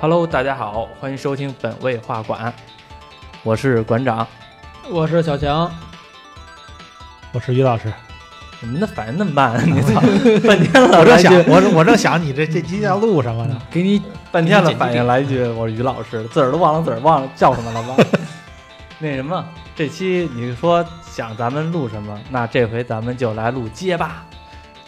Hello，大家好，欢迎收听本位画馆，我是馆长。我是小强，我是于老师，你们的反应那么慢， 你操，半天了，我来正一想句，我正我正想你这这期要录什 么呢？给你半天了，反应来一句，我是于老师，自个儿都忘了自个儿忘了叫什么了吧？ 那什么，这期你说想咱们录什么，那这回咱们就来录街霸。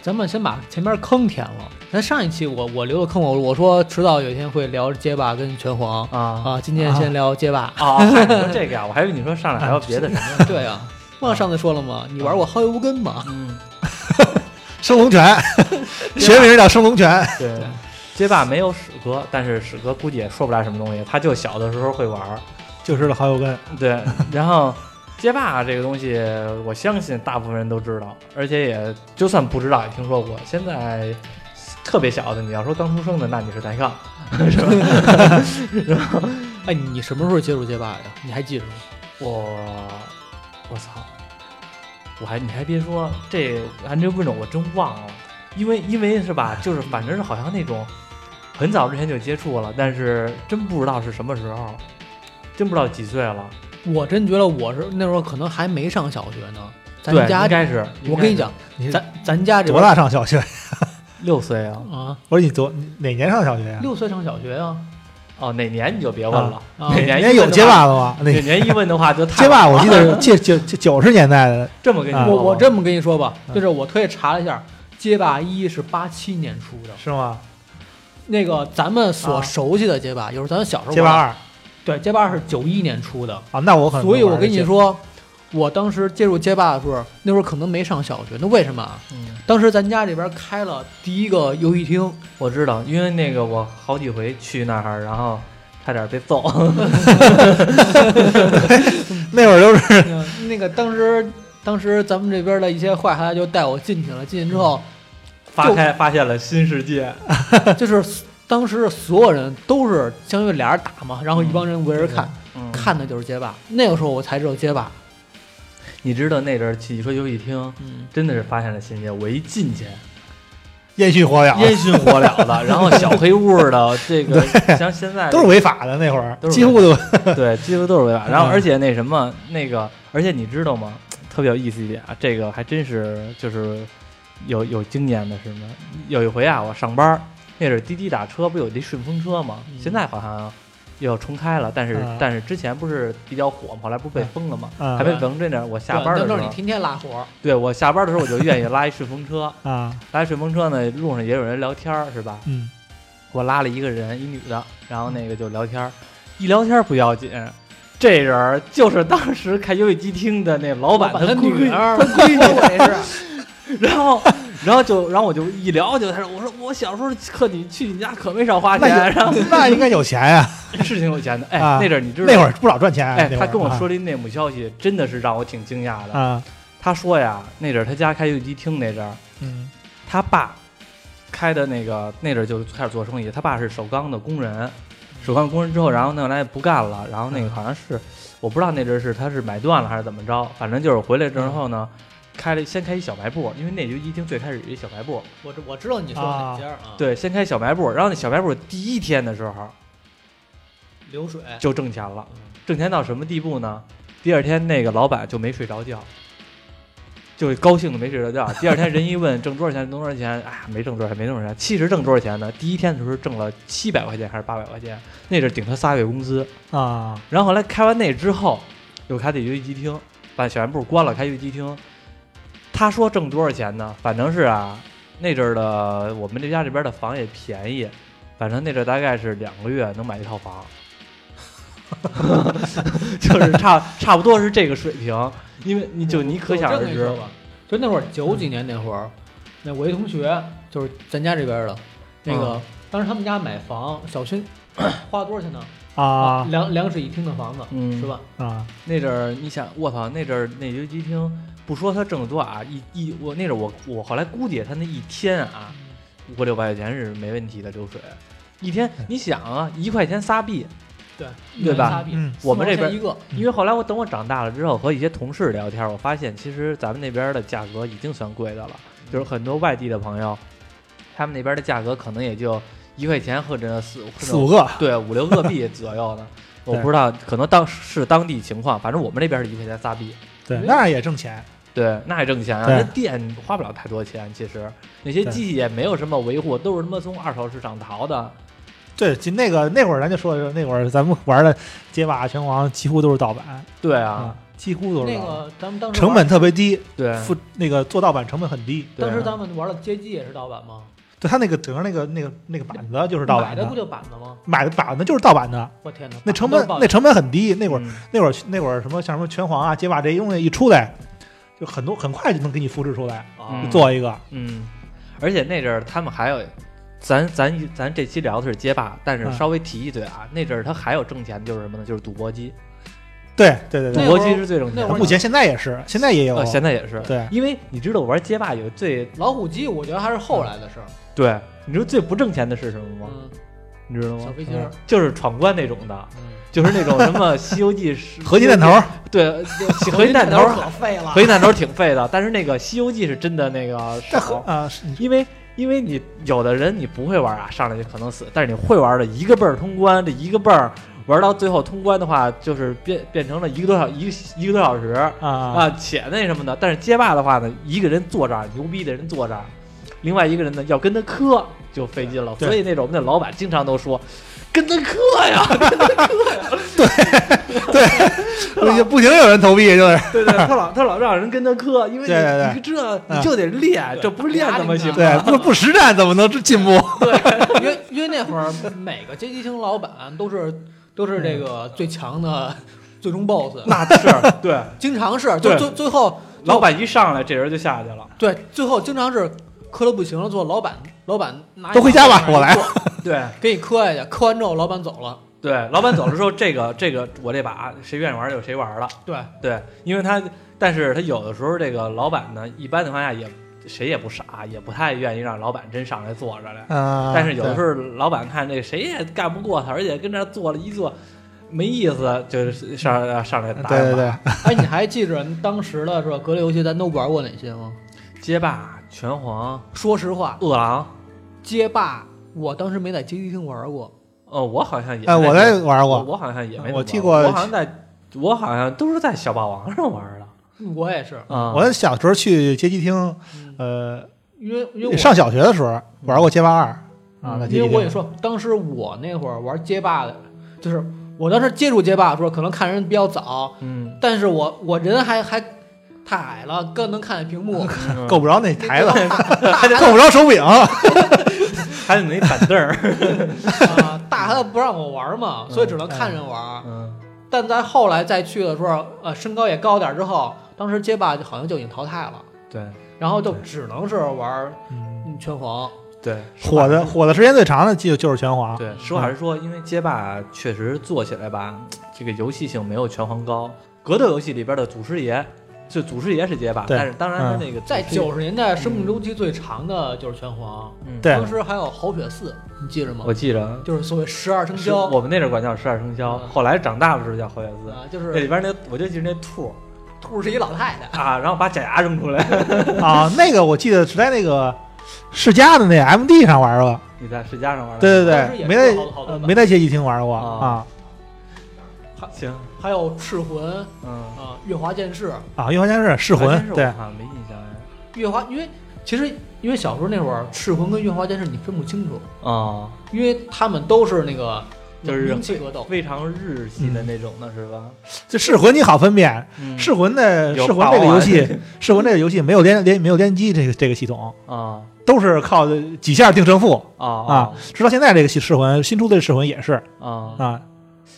咱们先把前面坑填了。咱上一期我我留的坑我我说迟早有一天会聊街霸跟拳皇啊啊，今天先聊街霸。啊！嗨你说这个呀，我还以为你说上来还有别的什 么。对啊，忘了上次说了吗？你玩过薅油无根吗？嗯，升龙 拳，学名叫升龙拳，对，街霸没有史哥，但是史哥估计也说不来什么东西，他就小的时候会玩儿。就知道好友根。对，然后街霸这个东西，我相信大部分人都知道，而且也就算不知道也听说过。现在特别小的，你要说刚出生的，那你是抬杠，是吧？ 哎，你什么时候接触街霸的？你还记着吗？我我操！我还你还别说，这还真问着我真忘了，因为因为是吧，就是反正是好像那种很早之前就接触了，但是真不知道是什么时候，真不知道几岁了。我真觉得我是那时候可能还没上小学呢。咱对，家应该是我跟你，讲，你咱咱家这多边大上小学？六岁啊！啊？我说你多你哪年上小学呀？六岁上小学啊？哦，哪年你就别问了，哪啊哪年年有街霸了吗？那哪年一问的话就 太街霸，我记晚了得是九九九十年代的，这么跟你啊说，我我这么跟你说吧，嗯就是我特意查了一下，街霸一是八七年出的。是吗？那个咱们所啊熟悉的街霸，有时候咱们小时候街霸玩，二对，街霸二是九一年出的，啊，那我可能所以我跟玩你儿说，我当时接触街霸的时候，那时候可能没上小学，那为什么啊？嗯当时咱家这边开了第一个游戏 厅，我知道，因为那个我好几回去那儿，然后差点被 揍。那会儿都是 那个当时当时咱们这边的一些坏孩子就带我进去了，进去之 后，发开发现了新世界，就是当时所有人都是相当于俩人打嘛，然后一帮人围着看，嗯看的就是街霸。那个时候我才知道街霸，你知道那阵儿去一说游戏厅，嗯，真的是发现了新世界。我一进 去，烟熏火燎，啊烟熏火燎的，然后小黑屋的这 个，像现在都是违法的。那会儿都是几乎都 对，几乎都是违法。然后嗯而且那什么那个，而且你知道吗？特别有意思一点啊，这个还真是就是有有经验的是什么？有一回啊，我上班儿那是滴滴打车，不有那顺风车吗？嗯啊现在好像又重开了，但是、嗯但是之前不是比较火吗？后来不是被封了吗？嗯还被封这呢。我下班的对时那候，时候你天天拉活儿，对我下班的时候我就愿意拉一顺风车，啊，拉一顺风车呢，路上也有人聊天儿，是吧？嗯，我拉了一个人，一女的，然后那个就聊天儿，一聊天儿不要紧，这人儿就是当时开游戏机厅的那老板把 他的闺女女，儿，闺女我也是，然后。然后就，然后我就一聊就他说，我说我小时候可你去你家可没少花钱，那然后那应该有 钱呀。是挺有钱的。哎，啊那阵儿你知道那会儿不少赚钱啊。哎，那会他儿跟我说了一内幕消息，真的是让我挺惊讶的。啊，他说呀，那阵儿他家开游戏机厅那阵儿，嗯他爸开的那个那阵儿就开始做生意，他爸是首钢的工人，首钢工人之后，然后呢后来不干了，然后那个嗯好像是我不知道那阵儿是他是买断了还是怎么着，反正就是回来之后呢，开了先开一小卖部，因为那游戏厅最开始有一小卖部，我知我知道你说哪家啊？，对，先开小卖部，然后那小卖部第一天的时候流水就挣钱了，挣钱到什么地步呢？第二天那个老板就没睡着觉。就高兴的没睡着觉。第二天人一问挣多少钱，挣多少钱，哎呀，没挣多少钱，没挣多少钱。其实挣多少钱呢？第一天的时候挣了七百块钱还是八百块钱，那是顶他仨月工资。啊，然后后来开完那之后，又开的游戏机厅，把小卖部关了，开游戏机厅。他说挣多少钱呢？反正是啊，那阵儿的我们这家这边的房也便宜，反正那阵儿大概是两个月能买一套房，就是差差不多是这个水平。因为你就你可想而我这么知跟你，说吧，就那会儿九几年那会儿，那我一同学就是咱家这边的，那个当时他们家买房，小区 花了多少钱呢？啊两两室一厅的房子嗯，是吧？啊，那阵儿，你想，我操，那阵儿那游戏机厅，不说他挣得多啊，一一我那阵儿我我后来估计他那一天啊，五六百块钱是没问题的流水，一天你想啊，一块钱仨币，对对吧？嗯我们这边一个嗯因为后来我等我长大了之后和一些同事聊天，我发现其实咱们那边的价嗯格已经算贵的了，就是很多外地的朋友，他们那边的价格可能也就一块钱或者四四五个，对五六个币左右 呢。我不知道，可能当是当地情况，反正我们这边是一块钱仨币。对，那也挣钱，对，那也挣钱啊！对那店花不了太多钱，其实那些对机器也没有什么维护，都是他妈从二手市场淘的。对，就那个那会儿咱就说的是，那会儿咱们玩的街霸、拳王几乎都是盗版对啊，，几乎都是那盗版，个嗯咱们当时成玩本，特别低，对，付那个做盗版成本很低。对啊当时咱们玩的街机也是盗版吗？对他那个整个那个那个那个板子就是盗版买的不的，就版的吗？买的板子就是盗版的，我天哪，那成版本都是盗那成本很低。那会儿嗯那会儿那会儿什么像什么拳皇啊、街霸这些东西一出来，就很多很快就能给你复制出来，啊嗯做一个。嗯，而且那阵儿他们还有，咱咱咱这期聊的是街霸，但是嗯稍微提一嘴啊，那阵儿他还有挣钱的就是什么呢？就是赌博机，对对对赌对，那博机是最挣那钱会的。儿目前现在也是，现在也有呃，，现在也是，对因为你知道我玩街霸有最老虎机，我觉得还是后来的事儿。对，你知道最不挣钱的是什么吗？嗯，你知道小吗？嗯飞机儿，就是闯关那种的，嗯，就是那种什么《西游记》 是合金弹头，对，合金弹头，可废了 合。金弹头挺废的，但是那个《西游记》是真的那个但合少，啊，是因为因为你有的人你不会玩啊，上来就可能死，但是你会玩的，一个辈儿通关，这一个辈儿玩到最后通关的话，就是变变成了一个多小一个一个多小时啊啊，且那什么的。但是街霸的话呢，一个人坐这儿，牛逼的人坐这儿，另外一个人呢要跟他磕就费劲了，对所以那种我们的老板经常都说。跟他磕呀， 不不停有人投币，就是对对，他 老他老让人跟他磕，因为你对对对你这嗯你就得练，对这不练怎么 行啊？对，不不实战怎么能进步？因为因为那会儿每个街机厅老板都是都是这个最强的最终 BOSS，那 是对，经常是就对最最后老板一上来这人就下去了，对最后经常是磕的不行了，最后老板老板拿一都回家吧把我一来坐对，给你磕下去，磕完之后老板走了。对，老板走了之后，这个这个我这把谁愿意玩就谁玩了。对，对，因为他，但是他有的时候这个老板呢，一般情况下也谁也不傻，也不太愿意让老板真上来坐着来。啊， 但是有的时候候老板看这谁也干不过他，而且跟这儿坐了一坐没意思，就是上上来打一把。对对对，哎，你还记着当时的是吧？格斗游戏咱都玩过哪些吗？街霸、拳皇、说实话，饿狼，街霸我当时没在街机厅玩过，呃，我好像也哎，我在在玩我过，我好像也没怎么我踢玩过我好像在，我好像都是在小霸王上玩的我也是，啊。嗯我小时候去街机厅，嗯呃，因为因为我上小学的时候玩过街霸二啊，嗯在街因机为我也厅。说，当时我那会儿玩街霸的，就是我当时接触街霸的时候，可能看人比较早，嗯，但是我我人还还太矮了，更能看见屏幕，嗯够不着那 台子，大孩子 够不着手柄，嗯还得那板凳儿。啊，大孩子不让我玩嘛，所以只能看人玩。嗯，但在后来再去的时候，呃，身高也高点儿之后，当时街霸就好像就已经淘汰了，对然后就只能是玩嗯嗯拳皇。对，火的火的时间最长的就就是拳皇，对，实话实说，因为街霸确实做起来吧，这个游戏性没有拳皇高。格斗游戏里边的祖师爷，就祖师爷是街霸，对但是当然他那个在祖师爷，九十年代生命周期最长的就是拳皇，嗯，对当时还有好血四，你记着吗我？记着就是所谓十二生是肖。我们那阵儿管叫十二生肖，嗯后来长大的时候叫侯月斯。啊，就那是里边那我就记着那兔兔是一老太太，啊，然后把假牙扔出来。啊，那个我记得是在那个世嘉的那 MD 上玩过， 你在世嘉上玩的？对对当时对，也没是在好好多呃版没在街机厅玩过啊啊行，还有赤魂嗯，啊，月华剑士，啊，月华先是噬还真魂，是对我，好像没印象哎。月华，因为其实因为小时候那会儿，赤魂跟月华剑士你分不清楚，哦，因为他们都是那个就是嗯兵器格斗，非常日系的那种的是吧？这噬魂你好分辨，嗯噬魂的有啊噬魂这个 游戏，噬魂这个游戏没有联联没有联机这个这个系统，啊都是靠几下定胜负，啊啊直到现在这个系噬魂新出的噬魂也是啊！啊，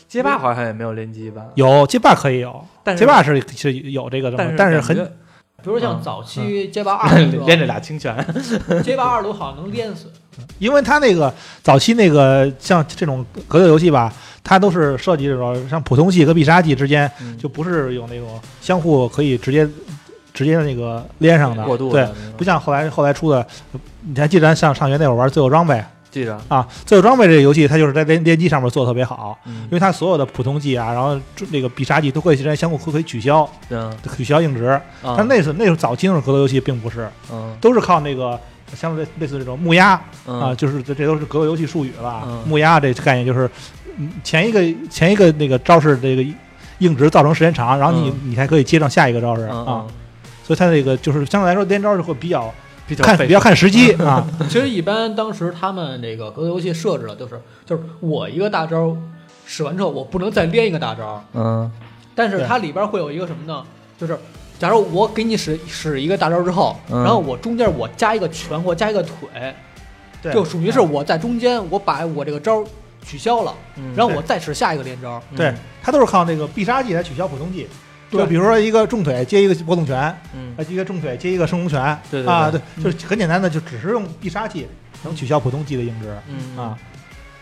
街霸好像也没有联机吧？有街霸可以有，但是街霸是是有这个但的是，但是感觉很比如像嗯早期街霸二的 时候，连着俩清泉， 街霸二都好像能连死，因为它那个早期那个像这种格斗游戏吧，它都是设计这种像普通技和必杀技之间嗯 就不是有那种相互可以直接直接那个连上的过嗯渡对，的那种不像后来后来出的，你还记得咱上上学那会儿玩《最后装备》记着，啊，《最后装备》这个游戏它就是在联联机上面做的特别好，嗯因为它所有的普通技啊，然后那个必杀技都可以之间相互可以取消，嗯，取消硬值。啊但那是那是早期那种格斗游戏并不是，嗯都是靠那个像类类似这种木押嗯啊，就是这这都是格斗游戏术语了嗯。木押这概念就是嗯前一个前一个那个招式这个硬直造成时间长，然后你你才可以接上下一个招式嗯啊嗯，，所以它那个就是相对来说连招式会比较比较看费嗯比较看时机啊， 其实一般当时他们这个格斗游戏设置了，就是就是我一个大招使完之后，我不能再连一个大招，嗯但是对它里边会有一个什么呢？就是假如我给你使使一个大招之后，嗯然后我中间我加一个拳或加一个腿，对就属于是我在中间我把我这个招取消了，嗯，然后我再使下一个连招。对，它都是靠那个必杀技来取消普通技。对就比如说一个重腿接一个波动拳，嗯啊，一个重腿接一个升龙拳，对对对啊，对，就是很简单的，就只是用必杀技能取消普通技的硬直嗯啊，，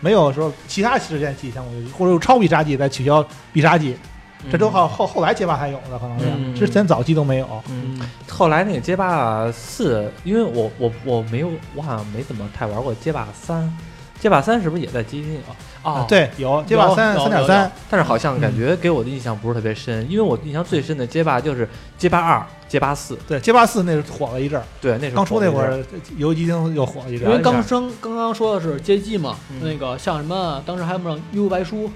没有说其他实战技相关游戏，或者用超必杀技来取消必杀技，嗯这都后后后来街霸才有的，可能嗯是之前早期都没有。嗯，后来那个街霸四，因为我我我没有，我好像没怎么太玩过街霸三。街霸三是不是也在机里有？啊，啊，对，有街霸有三有三点有三，但是好像嗯感觉给我的印象不是特别深，因为我印象最深的街霸就是街霸二、街霸四。对，街霸四那是火了一阵儿，对，那时候刚出那会我儿游戏机厅又火了一因阵儿。为刚升刚刚说的是街机嘛，嗯那个像什么，当时还有什么 U 白书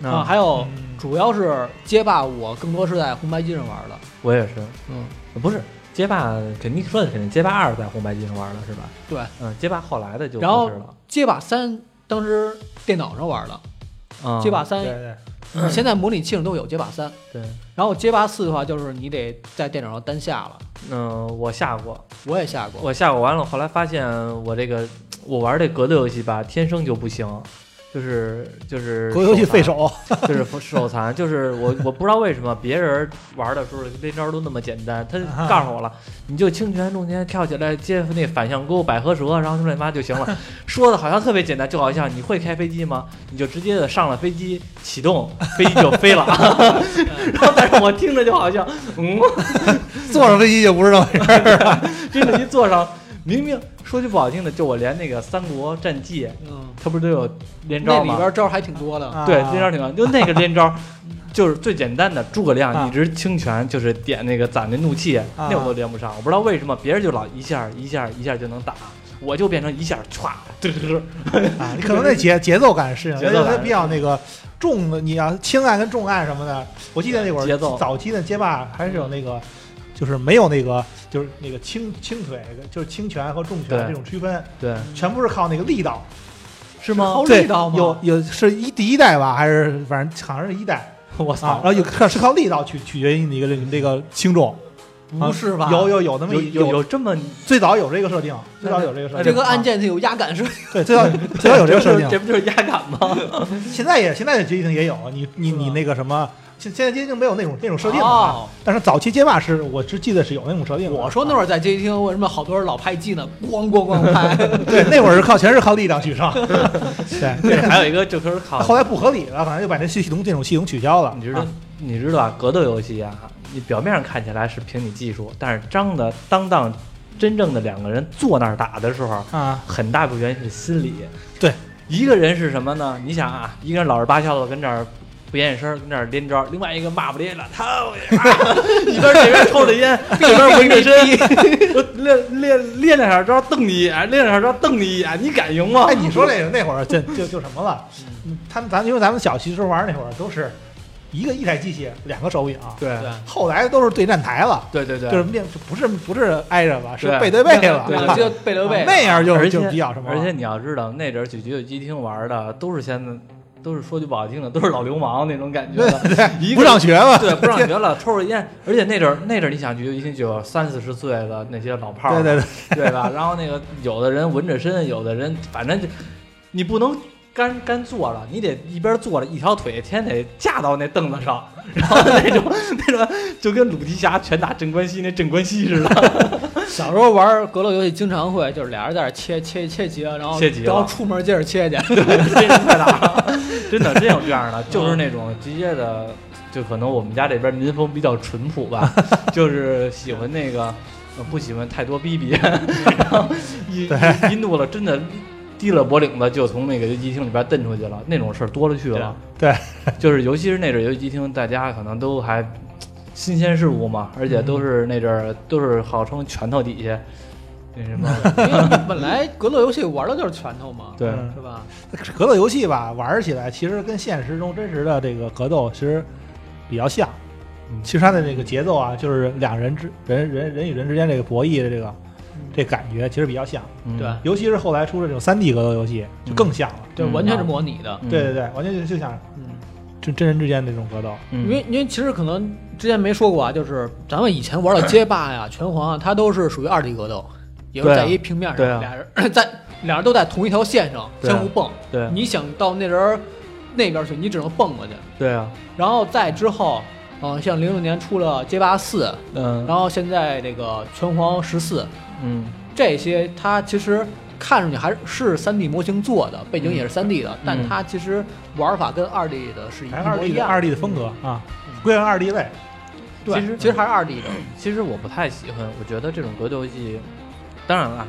那啊，还有嗯主要是街霸，我更多是在红白机上玩的。我也是，嗯，不是街霸肯定说的肯定街霸二在红白机上玩的是吧？对，嗯，街霸后来的就然后不是了。街霸三当时电脑上玩的，嗯，街霸对三对，现在模拟器上都有街霸三。对，然后街霸四的话，就是你得在电脑上单下了，嗯，我下过，我也下过。我下过完了，后来发现我这个我玩这格斗游戏吧，天生就不行，就是就是格斗游戏费手手， 残， 就是手手残，就是我我不知道为什么别人玩的时候那招都那么简单，他啊告诉我了，你就轻拳重拳跳起来接那反向勾百合蛇，然后什么乱七八就行 了，说的好像特别简单，就好像你会开飞机吗？你就直接的上了飞机启动，飞机就飞 了， 然后但是我听着就好像嗯。坐上飞机就不知道真的，一坐上，明明说句不好听的，就我连那个三国战记，嗯，它不是都有连那招里吗？边招还挺多的。啊对，连招挺好，就那个连招，就是最简单的诸葛亮啊一直轻拳，就是点那个攒那怒气，那我都连不上，我不知道为什么别人就老一下一下一下就能打，我就变成一下歘，嘚嘚， 啊，你可能那节节奏感是，节奏感它比较那个重的，你要轻按跟重按什么的。我记得那会儿节奏早期的街霸还是有那个，就是没有那个就是那个轻轻腿，就是轻拳和重拳对这种区分， 对，全部是靠那个力道，是吗好？对哦力道吗有有是一第一代吧，还是反正好像是一代我啊，操然，后有是靠力道取取决于你的这个这个轻重，啊不是吧？有有有那么有一有有这么最早有这个设定，最早有这个设定，这个按啊键它有压感是吧？对最早最早有这 个设定，这不就是压感吗？ 现在也现在的街机厅也有，你你是吧你那个什么，现现在街机厅没有那种那种设定了啊。哦，但是早期街霸是我只记得是有那种设定的。我说那会儿在街机厅，为什么好多人老拍技呢？咣咣咣拍。对，那会儿是靠全是靠力量取胜。对，对，还有一个就是靠后来不合理了，反正就把这系系统这种系统取消了。你知道，啊你知道啊，格斗游戏啊，你表面上看起来是凭你技术，但是当的当当真正的两个人坐那儿打的时候，啊？很大部分原因是心理。对，一个人是什么呢？你想啊，一个人老实巴交的跟这儿。不掩声，跟这儿连招，另外一个骂不咧咧，操 你妈！啊一边这边抽着烟，这边纹着身，我练练练两下招，瞪你一眼，练两下招，瞪你一眼，你敢赢吗哎，？你说这个那会儿就就就什么了？他们咱们因为咱们小学时候玩那会儿都是一个一台机器，两个手柄，对后来都是对站台了，对对对，就是面不是不是挨着了，是对背对啊背了。对我记得背 对背。那样就而且就比较什么了？而且你要知道，那阵儿去局酒机厅玩的都是现在，都是说句不好听的，都是老流氓那种感觉 的，一个不上学了。对不上学了，抽着烟。而且那阵儿那阵儿你想去酒机厅就有三四十岁的那些老炮儿，对对对，对吧？然后那个有的人纹着身，有的人反正就你不能。干干坐着，你得一边坐着，一条腿天得架到那凳子上，然后那种 那种就跟鲁提辖拳打镇关西那镇关西似的。小时候玩格斗游戏，经常会就是俩人在那儿切切切急了，然后切急了然后出门接着切去。这人太大了，真的真有这样的，就是那种直接的，就可能我们家这边民风比较淳朴吧，就是喜欢那个，呃不喜欢太多逼逼，然后一一一怒了，真的提了脖领子就从那个游戏厅里边蹬出去了，那种事儿多了去了。对，就是尤其是那阵儿游戏厅，大家可能都还嗯新鲜事物嘛，而且都是那阵儿都是号称拳头底下。那什么， 因为本来格斗游戏玩的就是拳头嘛，对，嗯是吧？格斗游戏吧，玩儿起来其实跟现实中真实的这个格斗其实比较像。嗯其实它的这个节奏啊，就是两人之人人人与人之间这个博弈的这个这感觉，其实比较像。嗯对尤其是后来出的这种三 D 格斗游戏，就更像了。对，嗯完全是啊模拟的。嗯对对对，完全就就像嗯，真真人之间的这种格斗。嗯因为因为其实可能之前没说过啊，就是咱们以前玩的街霸呀、 拳皇啊，它都是属于二 D 格斗，也就是对啊在一平面上，对啊俩人 在俩人都在同一条线上对啊相互蹦。对你想到那人儿那边去，你只能蹦过去。对啊，然后再之后，嗯、像零六年出了街霸四，嗯然后现在这个拳皇十四，嗯这些它其实看上去还是3 D 模型做的，背景嗯也是3 D 的，但它其实玩法跟2 D 的是一还是二模 D 一的样。二 D 的风格啊，归为二 D 类。对，其实其实还是2 D 的。其实我不太喜欢，我觉得这种格斗游戏，当然了，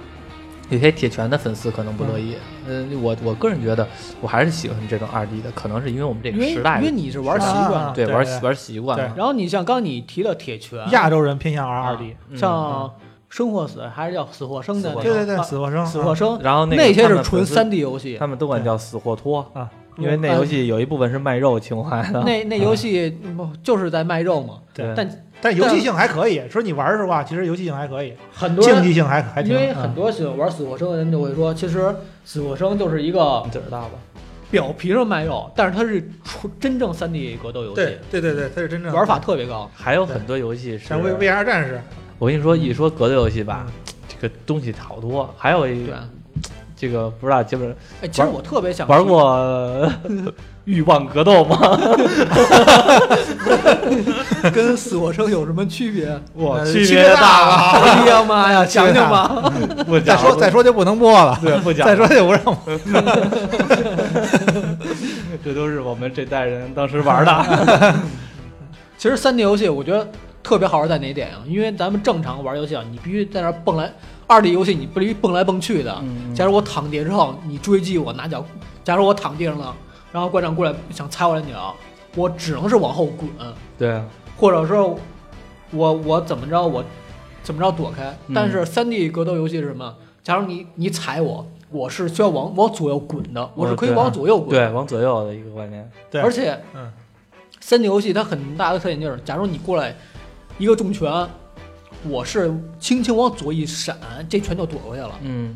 有些铁拳的粉丝可能不乐意。嗯，我我个人觉得，我还是喜欢这种二 D 的，可能是因为我们这因个为时代因为的，你是玩习啊惯了。对对玩对玩习惯了。然后你像刚你提的铁拳，亚洲人偏向玩二 D。嗯像生或死还是叫死或生的那嗯个，对对对，啊死或生，死或生，然后那个那些他是们纯粉丝3 D 游戏。他们都管叫死或拖，啊，因为那游戏有一部分是卖肉情怀的。那那游戏嗯就是在卖肉嘛，对，但但游戏性还可以。说你玩儿的啊话，其实游戏性还可以，很多人竞技性还还挺。因为很嗯多喜欢玩死或生的人就会说，其实死或生就是一个你知道吧？表皮上卖肉，但是它是纯真正3 D 格斗游对戏，对对对，它是真正玩法特别高。还有很多游戏是啊像 V V R 战士我跟你说，一说格斗游戏吧，这个东西好多。还有一嗯对，个，这个不知道基本哎，其实我特别想玩提过呃 欲望格斗吗？ 跟死或生有什么区别？我呃区区别别大了，哎呀 妈呀，想想吧，不再讲说再说，说就不能播了，对，不讲，再，说就不让播。这都是我们这代人当时 玩的。其实3 D 游戏我觉得特别好玩在哪点啊？因为咱们正常玩游戏啊，你必须在那儿蹦来；二 D 游戏你不必须蹦来蹦去的。嗯假如我躺地之后，你追击我，拿脚；假如我躺地上了，然后馆长过来想踩我两脚，我只能是往后滚。对，或者说我我怎么着我怎么着躲开。嗯但是三 D 格斗游戏是什么？假如你你踩我，我是需要往往左右滚的，我是可以对往左右滚。对，往左右的一个观念。对而且嗯三 D 游戏它很大的特点就是，假如你过来一个重拳，我是轻轻往左一闪，这拳就躲过去了。嗯，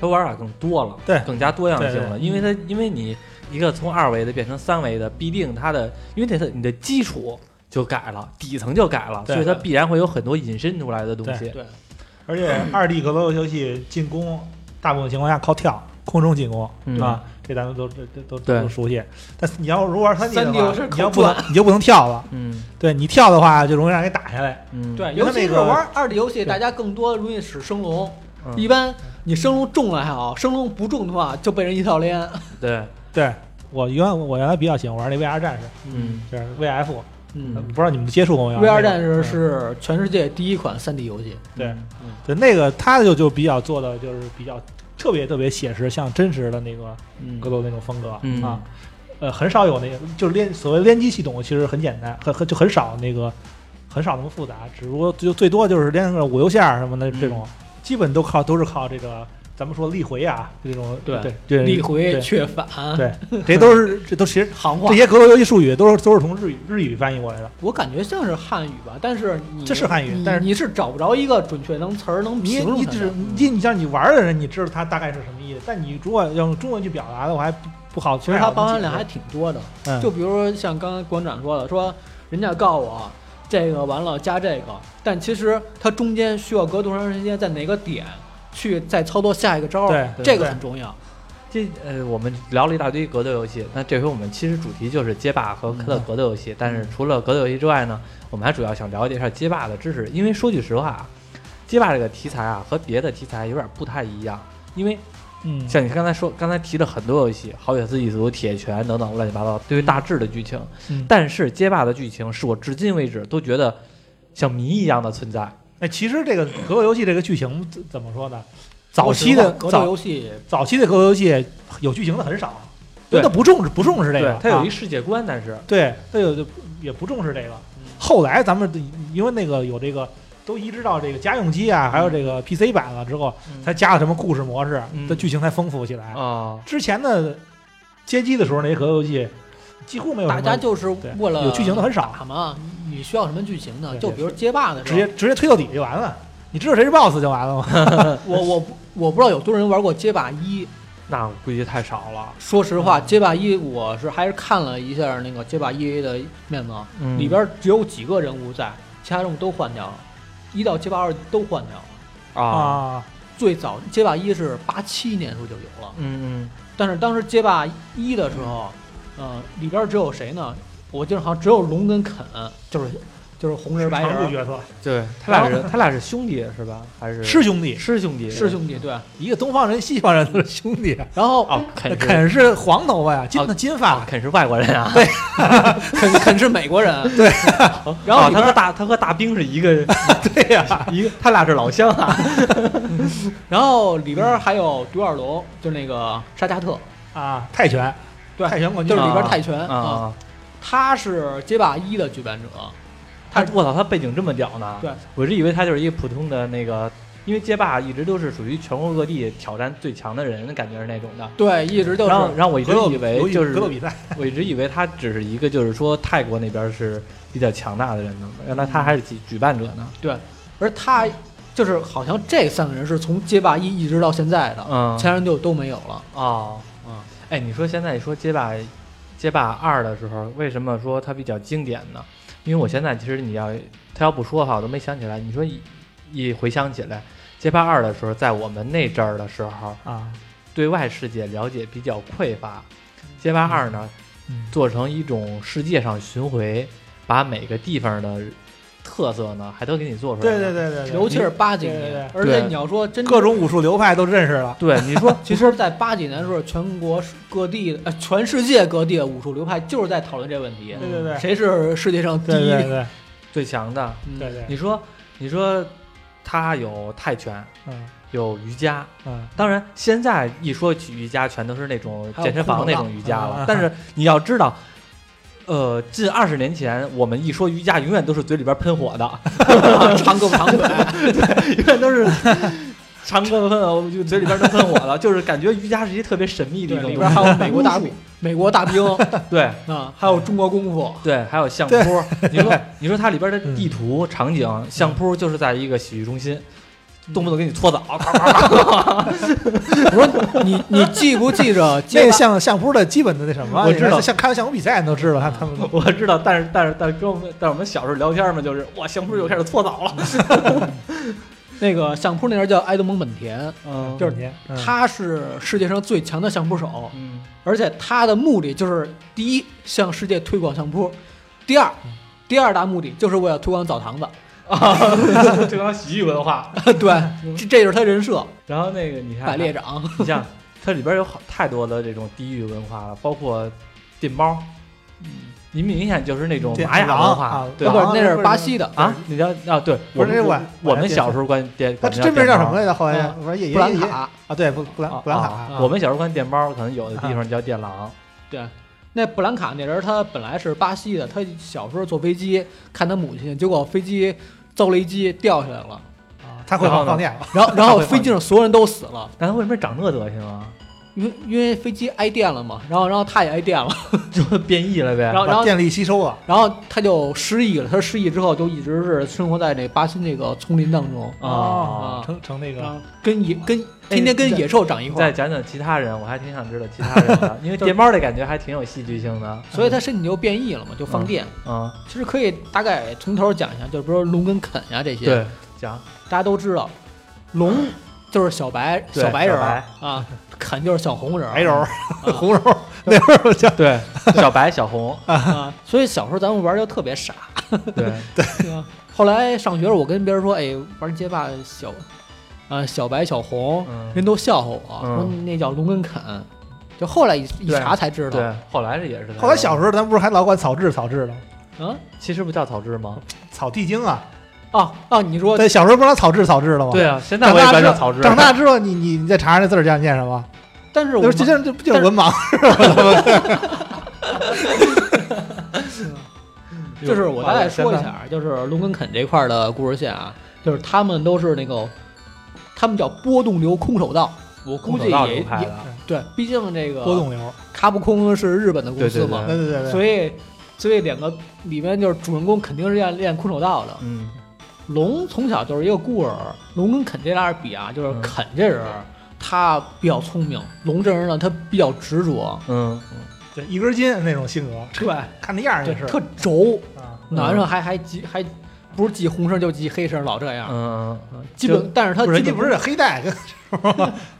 它玩法更多了，对更加多样性了，对因为它因为你一个从二维的变成三维的，必定它的因为它的你的基础就改了，底层就改了，对所以它必然会有很多引申出来的东西。对，而且二 D 格斗游戏进攻大部分情况下靠跳，空中进攻、嗯啊，这咱们都都都对都熟悉。但是你要如果玩三 D 的 3D 游戏话是，靠你要不能你就不能跳了，嗯对你跳的话就容易让人给打下来。嗯，对，因为尤其那是个玩二 D 游戏，对大家更多容易使升龙。嗯一般你升龙中了还好，升龙不中的话就被人一套连。对，对我原我原来比较喜欢玩那 VR 战士，嗯就是 VF，、嗯不知道你们接触过没有 VR 战士、那个嗯是全世界第一款 3D 游戏，对嗯对那个它就就比较做的就是比较特别特别写实，像真实的那个嗯格斗那种风格、嗯啊。呃，很少有那个，就是联所谓联机系统，其实很简单，很很就很少那个，很少那么复杂，只不过就最多就是连个五六下什么的这种，嗯基本都靠都是靠这个咱们说力回啊这种对对对力回对却反，对，这都是这都其实行话这。些格斗游戏术语都是都是从日语日语翻译过来的，我感觉像是汉语吧，但是你这是汉语你但是你是找不着一个准确能词儿嗯能你评你论它只的。你你像你玩的人，你知道它大概是什么意思，但你如果用中文去表达的，我还不不好。其实它包含量还挺多的，嗯就比如说像刚刚馆长说的，说人家告我这个完了加这个，但其实它中间需要隔多长时间，在哪个点去再操作下一个招儿，对对这个对很重要。这呃，我们聊了一大堆格斗游戏，那这回我们其实主题就是街霸和科特格斗游戏。但是除了格斗游戏之外呢，我们还主要想了解一下街霸的知识，因为说句实话啊，街霸这个题材啊和别的题材有点不太一样，因为嗯像你刚才说，刚才提了很多游戏，《好血丝一族》《铁拳》等等乱七八糟，对于大致的剧情，嗯但是街霸的剧情是我至今为止都觉得像谜一样的存在。哎，其实这个格斗游戏这个剧情怎怎么说呢？早期说的实话格早斗游戏早期的格斗游戏有剧情的很少，因对为它不重视不重视这对个，，它有一啊世界观，但是对它有就也不重视这个嗯。后来咱们因为那个有这个都移植到这个家用机啊，还有这嗯个 PC 版了之后，才加了什么故事模式，嗯它剧情才丰富起来。啊，之前的街机的时候，那些格斗游戏几乎没有大什么家就是对为了有剧情的很少打嘛，你需要什么剧情呢？对就比如街霸的时直候接直接推到底就完了，你知道谁是 BOSS 就完了嘛。我我不我不知道有多少人玩过街霸一。那我估计太少了。说实嗯话，街霸一我是还是看了一下那个街霸 EA 的面貌，嗯里边只有几个人物在，其他人物都换掉了，一到街霸二都换掉了。啊， 啊，最早街霸一是八七年的时候就有了，嗯嗯，但是当时街霸一的时候，呃，里边只有谁呢？我记得好像只有龙跟肯，就是就是红人白长不人角色对他俩是他俩是兄弟是吧？还是是兄弟，是兄弟是兄弟对。一个东方人，西方人都是兄弟。然后呃哦，肯肯肯是黄头发呀，金哦的金发，肯是外国人啊。肯肯是美国 人，对。然哦后里他和边，大他和大兵是一 个对呀，一个，他俩是老乡啊。然后里边还有独眼龙，就是那个沙加特，啊，泰拳，对泰拳冠就军是里边啊泰拳啊，啊，他是街霸一的举办者，他我操，他背景这么屌呢？对，我是以为他就是一个普通的那个，因为街霸一直都是属于全国各地挑战最强的人，感觉是那种的。对，一直就然后，是然后我一直格斗以为游戏就是格斗比赛，我一直以为他只是一个，就是说泰国那边是比较强大的人呢，原来他还是举举办者呢。对，而他就是好像这三个人是从街霸一一直到现在的，嗯其他人就都没有了。哦，嗯，哎，你说现在说街霸街霸二的时候，为什么说它比较经典呢？因为我现在其实你要他要不说哈，我都没想起来。你说一一回想起来，街霸二的时候，在我们那阵儿的时候，啊，对外世界了解比较匮乏。街霸二呢，嗯做成一种世界上巡回，把每个地方的特色呢，还都给你做出来对了。对对对对，尤其是八几对对年对，而且对你要说真各种武术流派都认识了。对，你 说其实，在八几年的时候，全国各地的呃，全世界各地的武术流派就是在讨论这个问题，对嗯对对，谁是世界上第对一？对对最强的，嗯对对，你说你说他有泰拳，嗯有瑜伽，嗯，当然现在一说起瑜伽，全都是那种健身房那种瑜啊伽还了有。空手道但是你要知道。呃，近二十年前，我们一说瑜伽，永远都是嘴里边喷火的， 长胳膊长腿，永远都是长胳膊喷火，就嘴里边都喷火了，就是感觉瑜伽是一特别神秘的一对，种里边还 有美国大武术兵，美国大兵 对啊，还有中国功夫，对，还有相扑对。你说你说它里边的嗯地图场景，相扑就是在一个洗浴中心，嗯嗯动不动给你搓澡，咔咔咔我说你你记不记 着那街个霸？像相扑的基本的那什么，啊我知道像看完相扑比赛你都知道，他他们 我知道，但是但是但是跟我们但是我们小时候聊天嘛，就是哇，相扑又开始搓澡了。那个相扑那人叫埃德蒙本田， 嗯就就是是你，嗯他是世界上最强的相扑手，嗯而且他的目的就是第一向世界推广相扑，第二嗯第二大目的就是为了推广澡 堂子。啊，嗯这帮洗浴文化。对，这这就是他人设，然后那个嗯你看，啊百猎长。你像它里边有好太多的这种地域文化了，包括电猫，你明显就是那种对玛雅文狼化啊，嗯对啊吧？不是那是巴西的啊，你叫啊，对，不是我们我我们小时候管电，他管真名叫什电猫么来着？后来嗯我说也也布兰也卡，啊，对，布布兰啊布兰啊卡，我们小时候管电猫，可能有的地啊方叫电狼。对，那布兰卡那人他本来是巴西的，他小时候坐飞机看他母亲，结果飞机遭雷击掉下来了，啊他会然后放呢放电了，然后然后飞机上所有人都死了，但他为什么长那德行啊？ 因为因为飞机挨电了嘛，然后然后他也挨电了，就变异了呗。然后然把后电力吸收了。啊然后他就失忆了，他失忆之后就一直是生活在那巴西那个丛林当中，啊哦成成那然个后跟野跟哎天天跟野兽长一你块再儿，讲讲其他人，我还挺想知道其他人 的，因为电猫的感觉还挺有戏剧性的。所以他身体就变异了嘛，就放电。嗯，其实可以大概从头讲一下，就比如龙跟肯呀这些，，对，讲大家都知道，龙就是小白对小白人小儿白啊，肯就是小红人儿，白柔、 红柔，那会儿我叫对小白小 红，啊， 所以小时候咱们玩儿就特别傻，对， 对吧后来上学了，我跟别人说，哎，玩街霸小，啊，小白、小红，嗯人都笑话我，嗯说那叫龙跟肯。就后来一一对查才知道，对，后来是也是。后来小时候咱不是还老管草雉草雉的吗嗯，其实不叫草雉吗？草地精啊？哦哦，你说对，小时候不老草雉草雉了吗？对啊，现在哦长我也大管之叫后，草雉。长大之后，你你你再查查那字儿叫念什么？但是我就是这们这这不就是文盲？就是我大概说一现在，下，就是龙跟肯这块儿的故事线啊。就是他们都是那个，他们叫波动流空手道。我空估计手道也流派的，对，毕竟这个波动流，卡普空是日本的公司嘛，对对对嗯对，所以所以两个里面就是主人公肯定是要练空手道的。嗯，龙从小就是一个孤儿，龙跟肯这俩人比啊，就是肯这人儿他比较聪明，龙这人呢他比较执着，嗯，对一根筋那种性格，对看那样儿对也是，特轴，啊，男生还还记还不是记红绳就记黑绳，老这样。嗯嗯，基本，但是他不是人家基本不是黑带， 跟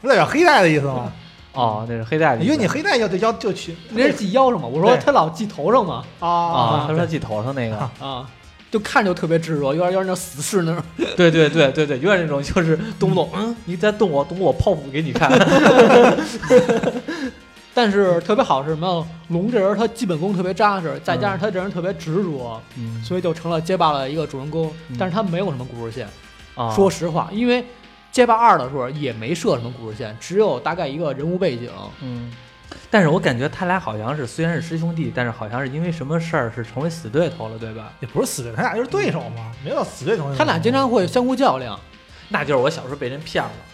不代表黑带的意 思吗？哦，那是黑带的意因思，为你黑带要得要就去那是系腰上嘛，我说对他老系头上嘛，啊，啊他说他系头上那个，啊，就看着就特别执着，有点有点那死士那种。对对对对对，有点那种就是动不动，嗯，你再动我，动我泡芙给你 看，但是特别好是什么？龙这人他基本功特别扎实，再加上他这人特别执着，嗯，所以就成了街霸的一个主人公嗯。但是他没有什么故事线，啊，说实话，因为街霸二的时候也没设什么故事线，只有大概一个人物背景。嗯，但是我感觉他俩好像是虽然是师兄弟，但是好像是因为什么事儿是成为死对头了，对吧？也不是死对，他俩就是对手嘛，没有到死对头那种。他俩经常会相互较量。那就是我小时候被人骗了。嗯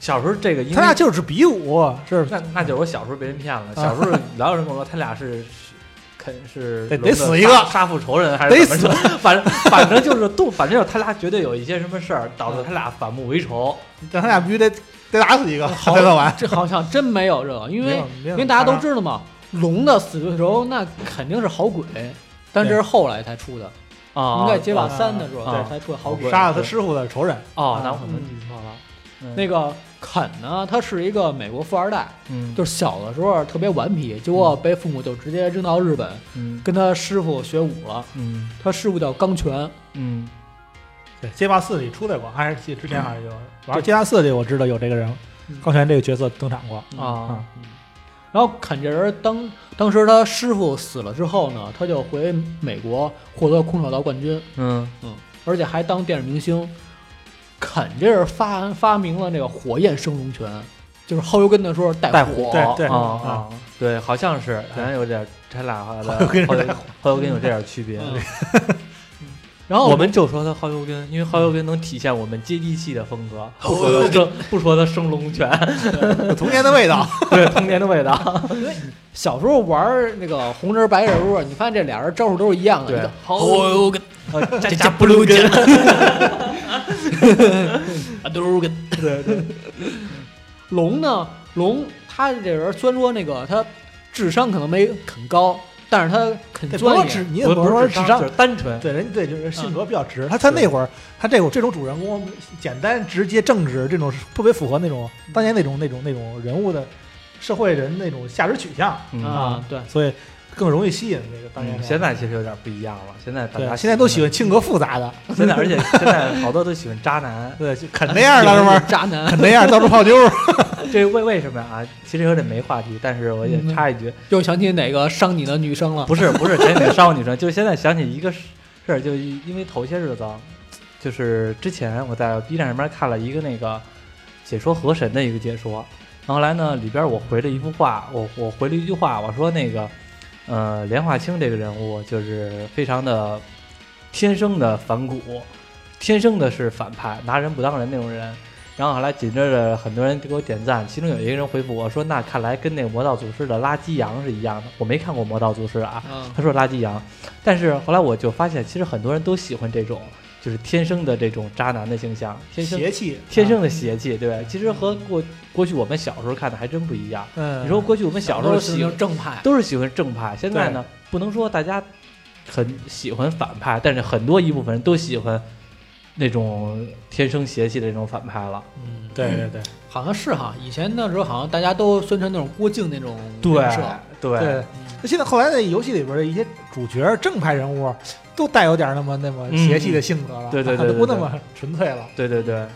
小时候这个，因为他俩啊就是比武，是那那就是我小时候被人骗了。小时候老有人跟我说，他俩是是肯是得龙的得死一个杀杀父仇人，还是得怎么着？反正反正就是动，反正就是他俩绝对有一些什么事儿，导致他俩反目为仇。但他俩必须得得打死一个才算完，这好像真没有这个， 因没为有没有因为大家都知道嘛，龙的死对头那肯定是好鬼，但这是后来才出的，啊，应该街霸三的时候啊对才出的好鬼。杀了他师傅的仇人，哦啊，那我可能记错了。嗯那个肯呢，他是一个美国富二代，嗯，就是小的时候特别顽皮，结果被父母就直接扔到日本，嗯跟他师傅学武了。嗯他师傅叫钢拳，嗯对，街霸四里出来过，还是之前好像有玩街霸四里我知道有这个人嗯，高泉这个角色登场过，啊然后肯这人当当时他师傅死了之后呢，他就回美国获得空手道冠军，嗯而且还当电影明星。肯这人发发明了那个火焰升龙拳，就是后油根的时候带带火，对对嗯啊哦啊，对，好像是，好像有点他俩 好像后跟后人油后油跟有这点区别。嗯然后 我 们就说他耗油根，因为耗油根能体现我们接地气的风格，不说 他生不说他生龙 拳，有啊童年的味道，对童年的味道。小时候玩那个红人白人的时候，你发现这俩人招数都是一样的，对就哦好 呃加加不溜根，龙呢，龙他这人虽然说那个他智商可能没肯高，但是他肯对，不钻说研智， 你也不不是说智智商，商就，是单纯。对，人家对就是性格比较直。他他那会儿，他这种这种主人公，简单、直接、正直，这种特别符合那种当年那种那种那种人物的社会人那种价值取向，嗯，啊，对，所以更容易吸引这个当年嗯人。现在其实有点不一样了，现在大家对，现在都喜欢，欢性格复杂的， 现在而且现在好多都喜欢渣男， 对，就啃那样的是吗？渣男啃那样到处泡妞儿，这为为什么啊？其实有点没话题，但是我也嗯插一句，又想起哪个伤你的女生 了？不是不是前几天伤女生，就是现在想起一个事儿，就因为头些日子，就是之前我在 B 站上面看了一个那个解说河神的一个解说，然后后来呢里边我回了一幅话，我我回了一句话，我说那个呃莲花清这个人物就是非常的天生的反骨，天生的是反派，拿人不当人那种人。然后后来紧接着很多人就给我点赞，其中有一个人回复我说：“那看来跟那个魔道祖师的垃圾羊是一样的。”我没看过魔道祖师啊，嗯，他说垃圾羊，但是后来我就发现，其实很多人都喜欢这种，就是天生的这种渣男的形象，天生邪气，天生的邪气，对，其实和过过去我们小时候看的还真不一样。嗯，你说过去我们小时候都是喜那欢种正派，都是喜欢正派，现在呢，不能说大家很喜欢反派，但是很多一部分人都喜欢那种天生邪气的那种反派了。嗯，对对对好像是哈，以前那时候好像大家都宣传那种郭靖那种人设，对对。那现在后来的游戏里边的一些主角正派人物，都带有点那么那么邪气的性格嗯了，对对对对都不那么纯粹了。对对对，然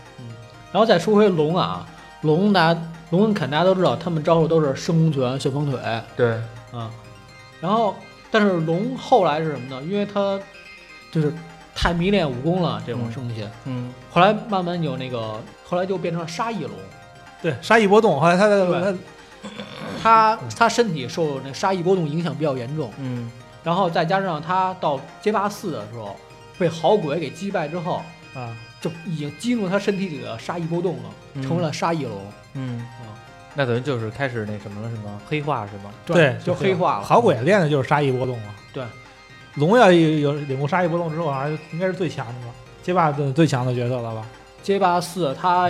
后再说回龙啊，龙大家龙跟肯大家都知道，他们招数都是升龙拳、旋风腿，对，啊，然后但是龙后来是什么呢？因为他就是太迷恋武功了，这种东西，嗯后来慢慢有那个，后来就变成了沙溢龙，对，杀意波动，后来他的对他他他身体受那沙溢波动影响比较严重，嗯然后再加上他到街霸四的时候被好鬼给击败之后，啊，就已经激怒他身体里的杀意波动了，嗯成为了杀意龙。嗯啊，那等于就是开始那什么了是吗？黑化是吗？对，就黑化了。好鬼练的就是杀意波动嘛。对，龙要一有领悟杀意波动之后，好像应该是最强的了，街霸的最强的角色了吧？街霸四，他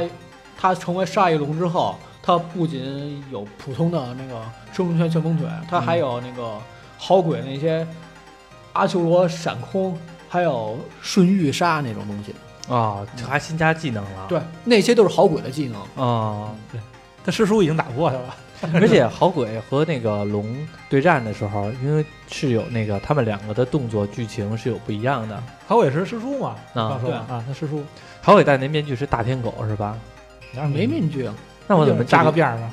他成为杀意龙之后，他不仅有普通的那个生龙拳旋风腿，他还有那个好鬼那些阿修罗闪空，还有瞬御杀那种东西。啊，嗯这还新加技能了。对，那些都是好鬼的技能。 啊，他师叔已经打不过他了。而且好鬼和那个龙对战的时候，因为是有那个他们两个的动作剧情是有不一样的。好鬼是师叔嘛？刚说对的啊，他师叔，好鬼戴那面具是大天狗是吧？嗯没面具，那我怎么记得扎个辫儿嘛？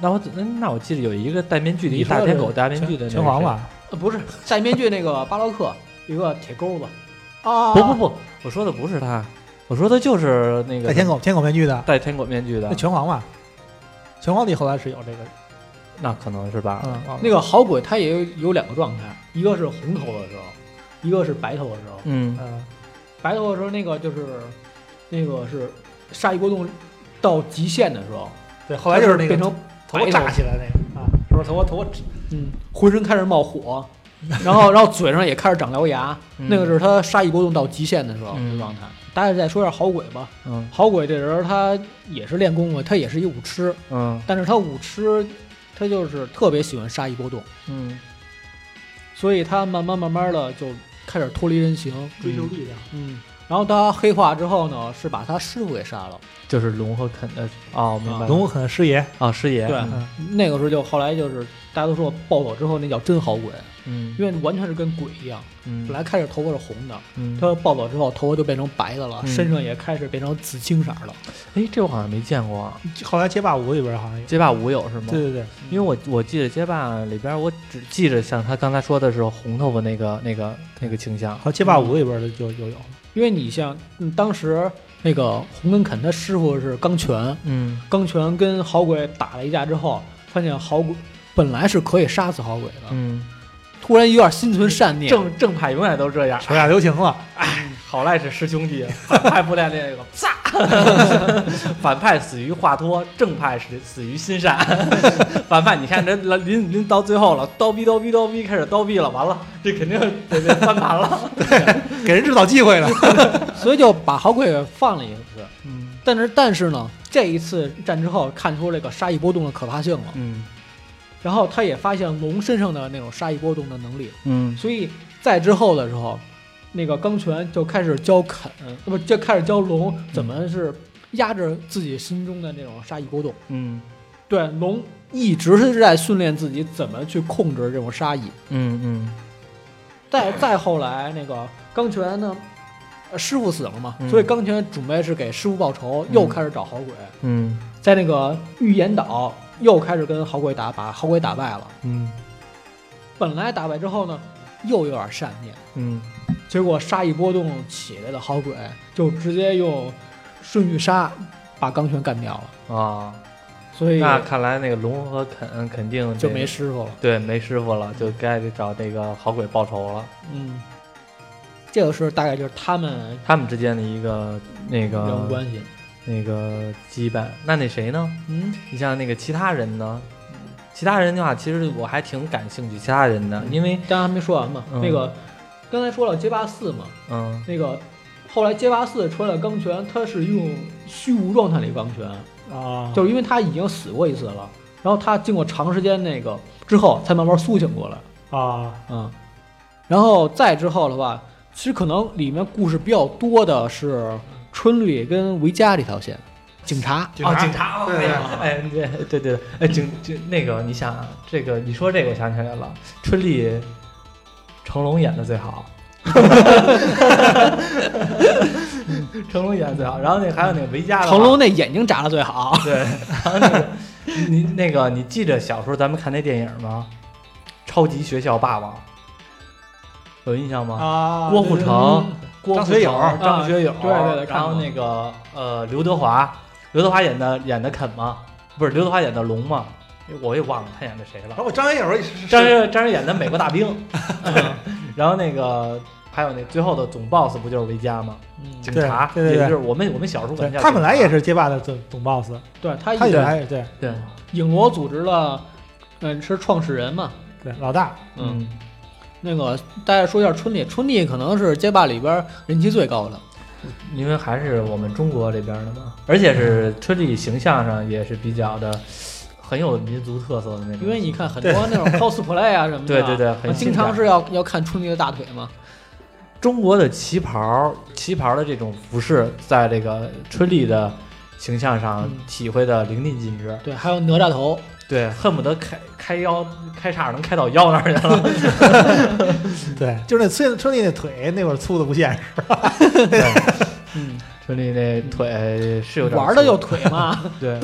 那我怎么那我记得有一个戴面具的，你一说大的天是狗戴面具的那拳是皇谁？吧？呃不是戴面具那个巴洛克，一个铁钩子。啊，不不不，我说的不是他，我说的就是那个戴天狗天狗面具的，戴天狗面具的那，拳皇嘛？拳皇里后来是有这个，那可能是吧？嗯，啊那个好鬼他也有有两个状态，一个是红头的时候，一个是白头的时候。嗯嗯，白头的时候那个就是那个是杀意波动到极限的时候，对，后来就是那个变成头发炸起来那个啊，是不是头发头发嗯浑身开始冒火，然后然后嘴上也开始长獠牙，嗯那个是他杀意波动到极限的时候嗯的状态。大家再说一下好鬼吧，嗯好鬼这人他也是练功夫，他也是一武痴，嗯但是他武痴他就是特别喜欢杀意波动。嗯所以他慢慢慢慢的就开始脱离人形，追求力量？嗯，然后他黑化之后呢，是把他师傅给杀了，就是龙和肯的哦，明嗯白了龙武肯师爷，啊，师爷对嗯那个时候就后来就是大家都说暴走之后那叫真好鬼，嗯因为完全是跟鬼一样，嗯本来开始头发是红的，嗯他暴走之后头发就变成白的了，嗯身上也开始变成紫青色儿了，哎，这我好像没见过啊，后来街霸五里边好像有，街霸五有是吗？嗯对对对，因为我我记得街霸里边，我只记着像他刚才说的是红头发那个那个那个倾向好，像街霸五里边的就就有，因为你像、嗯、当时那个洪根肯他师傅是钢拳，嗯钢拳跟好鬼打了一架之后，发现好鬼本来是可以杀死好鬼的，嗯，突然有点心存善念，正正派永远都这样，手下留情了，好赖是师兄弟，啊反派不练那个，啪， 反派死于华佗，正派死死于心善。 反派你看这临临到最后了，刀逼刀逼刀逼，开始刀逼了，完了这肯定得得翻盘了。 给人制造机会了，所以就把好鬼给放了一次。嗯但是但是呢，这一次战之后，看出这个杀意波动的可怕性了。嗯然后他也发现龙身上的那种杀意波动的能力，嗯所以在之后的时嗯候，那个钢拳就开始教肯，那不就开始教龙怎么是压制自己心中的那种杀意波动。嗯对，龙一直是在训练自己怎么去控制这种杀意。嗯嗯再再后来，那个钢拳呢，呃师傅死了嘛，嗯所以钢拳准备是给师傅报仇，嗯又开始找好鬼，嗯在那个预言岛又开始跟好鬼打，把好鬼打败了。嗯本来打败之后呢，又有点善念，嗯结果杀意波动起来的好鬼就直接用顺御杀把钢拳干掉了，啊，所以那看来那个龙和肯肯定就得没师傅了。对，没师傅了，就该找那个好鬼报仇了。嗯，这个是大概就是他们他们之间的一个那人物个关系。那个羁绊。那那谁呢？嗯，你像那个其他人呢？其他人的话，其实我还挺感兴趣其他人的，嗯因为刚刚还没说完嘛，嗯那个刚才说了街霸四嘛。嗯那个后来街霸四出来的钢拳，它是用虚无状态里的钢拳，啊，就是因为他已经死过一次了，然后他经过长时间那个之后，才慢慢苏醒过来，啊，嗯，然后再之后的话，其实可能里面故事比较多的是春绿跟维嘉这条线，警察，啊哦，警察，对对对哎对对对，哎警警那个你想啊，这个你说这个我想起来了，春丽成龙演的最好。 成龙演的最好，然后那还有那个维嘉的话，成龙那眼睛眨的最好，对，然后那个你那个你记着小时候咱们看那电影吗？《超级学校霸王》有印象吗？啊，郭富城、郭张富学友城张嗯学友，啊嗯对对对然后看过那个呃刘德华，刘德华演的演的肯吗？不是刘德华演的龙吗？哎我也忘了他演的谁了然。后我张学友， 张学张学友演的美国大兵，然后那个还有那最后的总 boss 不就是维嘉吗？嗯，警察，对对对也就是我们我们小时候管对叫他本来警察也是嗯街霸的总总 boss，对他他一也还是对对，影罗组织了，嗯、是创始人嘛，对老大，嗯，那个大家说一下春丽，春丽可能是街霸里边人气最高的，因为还是我们中国这边的嘛，而且是春丽形象上也是比较的很有民族特色的那种，因为你看很多 那种 cosplay 啊什么的，对对对，啊很经常是要要看春丽的大腿嘛，中国的旗袍，旗袍的这种服饰，在这个春丽的形象上嗯体会的淋漓尽致，对，还有哪 吒头，对，恨不得开开腰开叉能开到腰那儿去 了，对，就是那崔春丽那腿那会儿粗的不现实，嗯，春丽那腿是有点玩的粗有腿 嘛，对，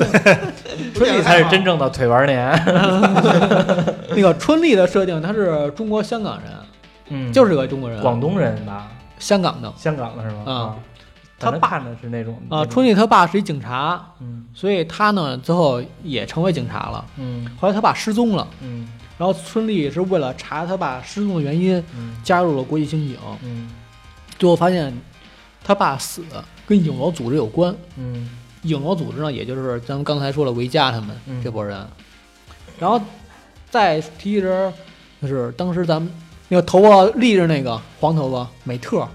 春丽啊才是真正的腿玩年，那个春丽的设定，他是中国香港人， 嗯，就是个中国人，广东人吧，香港的香港的是吗？啊啊，反他正爸呢是那种啊，春丽他爸是一警察，嗯所以他呢最后也成为警察了，嗯后来他爸失踪了。嗯然后春丽也是为了查他爸失踪的原因，嗯加入了国际刑警。嗯最后发现，他爸死跟影楼组织有关。嗯影楼组织呢，也就是咱们刚才说了维嘉他们嗯这波人。啊然后再提一人，就是当时咱们那个头发立着那个黄头发美特，啊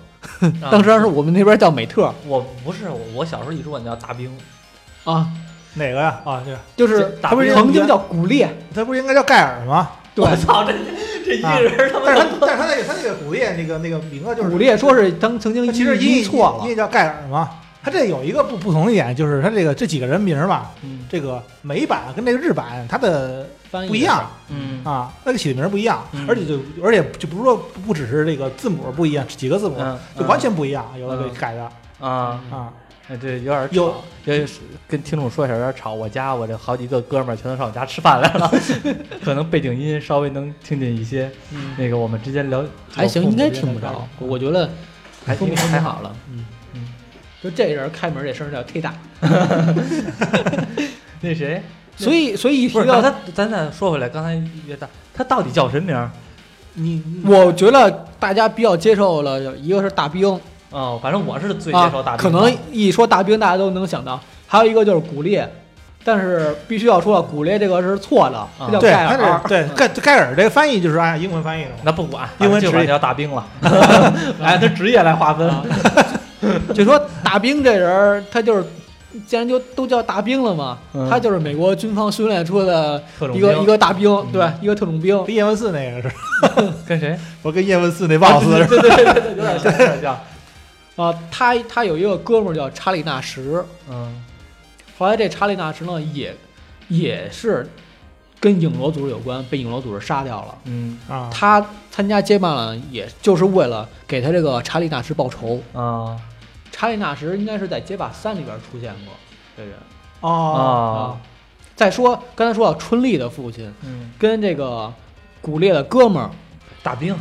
当时是我们那边叫美特我不是我，我小时候一说管叫大兵，啊，哪个呀？啊，就是就是打他不是兵曾经叫古烈，他不是应该叫盖尔吗？对，操，这这一啊人 他但是他但是他那个他那个骨裂那个那个名字就 是古烈说是当曾经他其实音音译错音了，译叫盖尔嘛。他这有一个不不同的点，就是他这个这几个人名儿吧，嗯这个美版跟这个日版它的翻译不一样嗯啊，那个起的名儿不一样嗯，而且就而且就不是说不只是这个字母不一样，几个字母嗯就完全不一样，有的嗯给改的啊，啊，哎对，有点有有点跟听众说一下，有点吵。我家我这好几个哥们儿全都上我家吃饭来 了，可能背景音稍微能听见一些嗯那个我们之间聊还行，应该听不着。我觉得还风应格该还太好。好了。嗯嗯，就这人开门这声儿叫忒大，那谁所以所以一不提是到那他？咱再说回来，刚才也大，他到底叫什么名儿？你嗯你我觉得大家比较接受了，一个是大兵哦，反正我是最接受啊大，可兵的能一说大兵大家都能想到，还有一个就是古烈，但是必须要说了，古烈这个是错啊的，这叫对盖他尔啊这。对盖盖尔这个翻译就是按英文翻译的嘛，那不管，英文就职管业叫大兵 了，按他职业来划分。啊就说大兵这人儿，他就是既然就都叫大兵了嘛，嗯他就是美国军方训练出的特种一个一个大兵，嗯对，一个特种兵。跟叶问四那个是，跟 谁？我跟叶问四那 boss 啊对是对对对对，有点像，有点像。啊，他他有一个哥们儿叫查理纳什，嗯后来这查理纳什呢，也也是跟影罗组织有关，被影罗组织杀掉了。嗯啊，他参加接班了，也就是为了给他这个查理纳什报仇。啊查理纳什应该是在《街霸三》里边出现过这人哦，啊，再说刚才说到春丽的父亲嗯，跟这个古烈的哥们儿大兵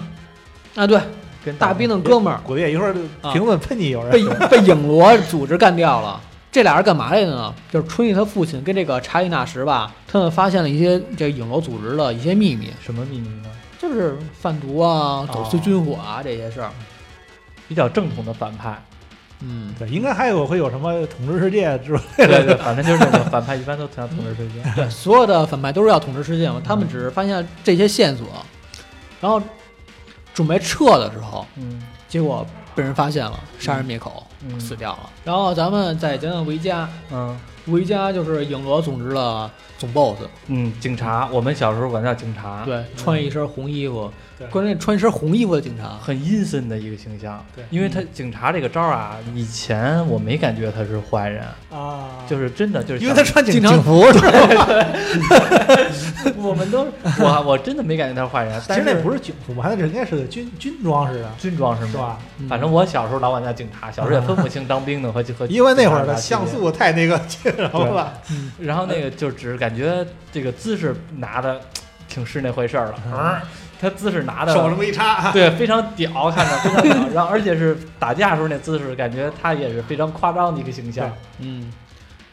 啊，对，跟大兵的哥们儿 古烈一会儿啊评论喷你有人被被影罗组织干掉了。这俩人干嘛来的呢？就是春丽他父亲跟这个查理纳什吧，他们发现了一些这个影罗组织的一些秘密。什么秘密呢？就是贩毒啊、走私军火啊、这些事儿。比较正统的反 派，嗯， 对，应该还有会有什么统治世界之类对对，反正就是这种反派，一般都想统治世界。对，所有的反派都是要统治世界嘛，他们只是发现了这些线索，然后准备撤的时候，嗯结果被人发现了，杀人灭口，嗯死掉了。然后咱们再讲讲维嘉，嗯维嘉就是影罗组织的总 BOSS，嗯，警察，我们小时候管叫警察，对，穿一身红衣服啊对，关键穿一身红衣服的警察，很阴森的一个形象。对因为他警察这个招儿啊，以前我没感觉他是坏人，的啊，就是真的就是因为他穿警经常警 服，是吧我们 都我我真的没感觉他是坏人，其但实是那不是是警服吧，那应该是个军军装似的，军装是吗？是啊吧？嗯反正我小时候老管叫警察，小时候也分不清当兵的和和因为那会儿的警察像的区别。素太那个 劲儿了，然后那个就只是感觉这个姿势拿的挺是那回事儿了，啊嗯，他姿势拿的手这么一插，对非常屌，看着非常屌，然后而且是打架时候那姿势，感觉他也是非常夸张的一个形象。嗯，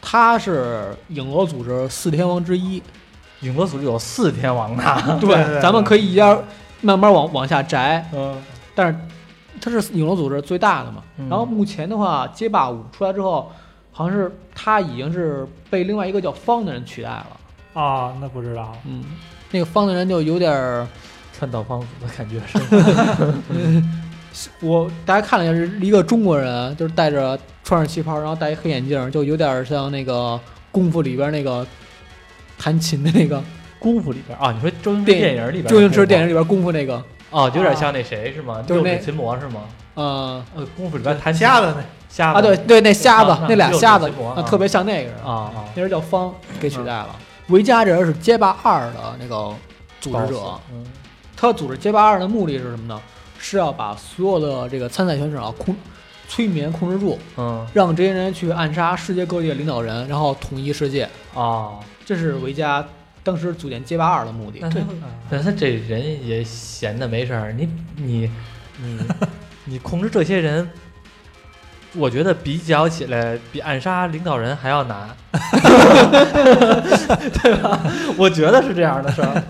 他是影罗组织四天王之一，影罗组织有四天王呢， 啊对对对咱们可以一家慢慢往往下摘，嗯但是它是影楼组织最大的嘛。嗯然后目前的话，街霸五出来之后，好像是它已经是被另外一个叫方的人取代了。啊，那不知道。嗯，那个方的人就有点儿，川岛芳子的感觉是，我大家看了一下，是一个中国人，就是戴着穿着旗袍，然后戴一黑眼镜，就有点儿像那个功夫里边那个弹琴的那个功夫里边啊，你说周星驰电电影里边，周星驰电影里边功夫那个，哦，有点像那谁是吗？就是那六指琴魔是吗？呃呃，功夫里边弹瞎子呢？瞎啊对对，那瞎子啊那俩六指瞎子琴魔啊啊特别像那个人啊，啊，那人叫方给取代了。维嘉这人是街霸二的那个组织者，嗯他组织街霸二的目的是什么呢？是要把所有的这个参赛选手啊控催眠控制住，嗯让这些人去暗杀世界各地的领导人，然后统一世界。哦，这是维嘉当时组建街霸二的目的那。他那他这人也闲的没事儿，你你 你你控制这些人，我觉得比较起来比暗杀领导人还要 难，对吧？我觉得是这样的事儿。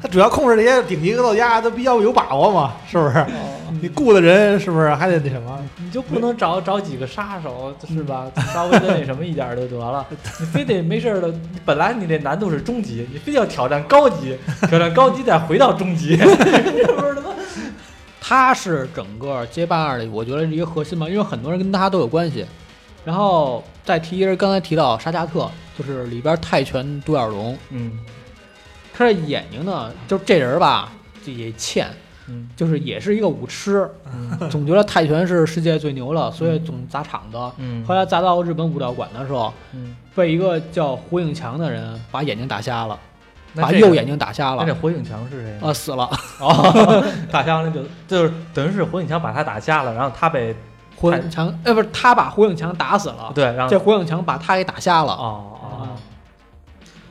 他主要控制这些顶级格斗家，他比较有把握嘛，是不是？哦你雇的人是不是还得那什么？你就不能找找几个杀手是吧？嗯稍微的那什么一点儿就得 了，你非得没事儿的。你本来你这难度是中级，你非要挑战高级，挑战高级再回到中 级，是不是他妈？他是整个街霸二里，我觉得是一个核心吧，因为很多人跟他都有关系。然后再提一人，刚才提到沙加特，就是里边泰拳独眼龙，嗯他的眼睛呢，就是这人吧，就也欠，嗯就是也是一个 舞痴， 嗯总觉得泰拳是世界最牛了，所以总砸场子。嗯，后来砸到日本武道馆的时候，嗯，被一个叫火影强的人把眼睛打瞎了，那把这右个眼睛打瞎啊那了这，火影强是谁呀？啊死 了。哦，打瞎了就就是等于是火影强把他打瞎了，然后他被火影强，呃，不是他把火影强打死啊了，对，然后这火影强把他给打瞎了，哦哦，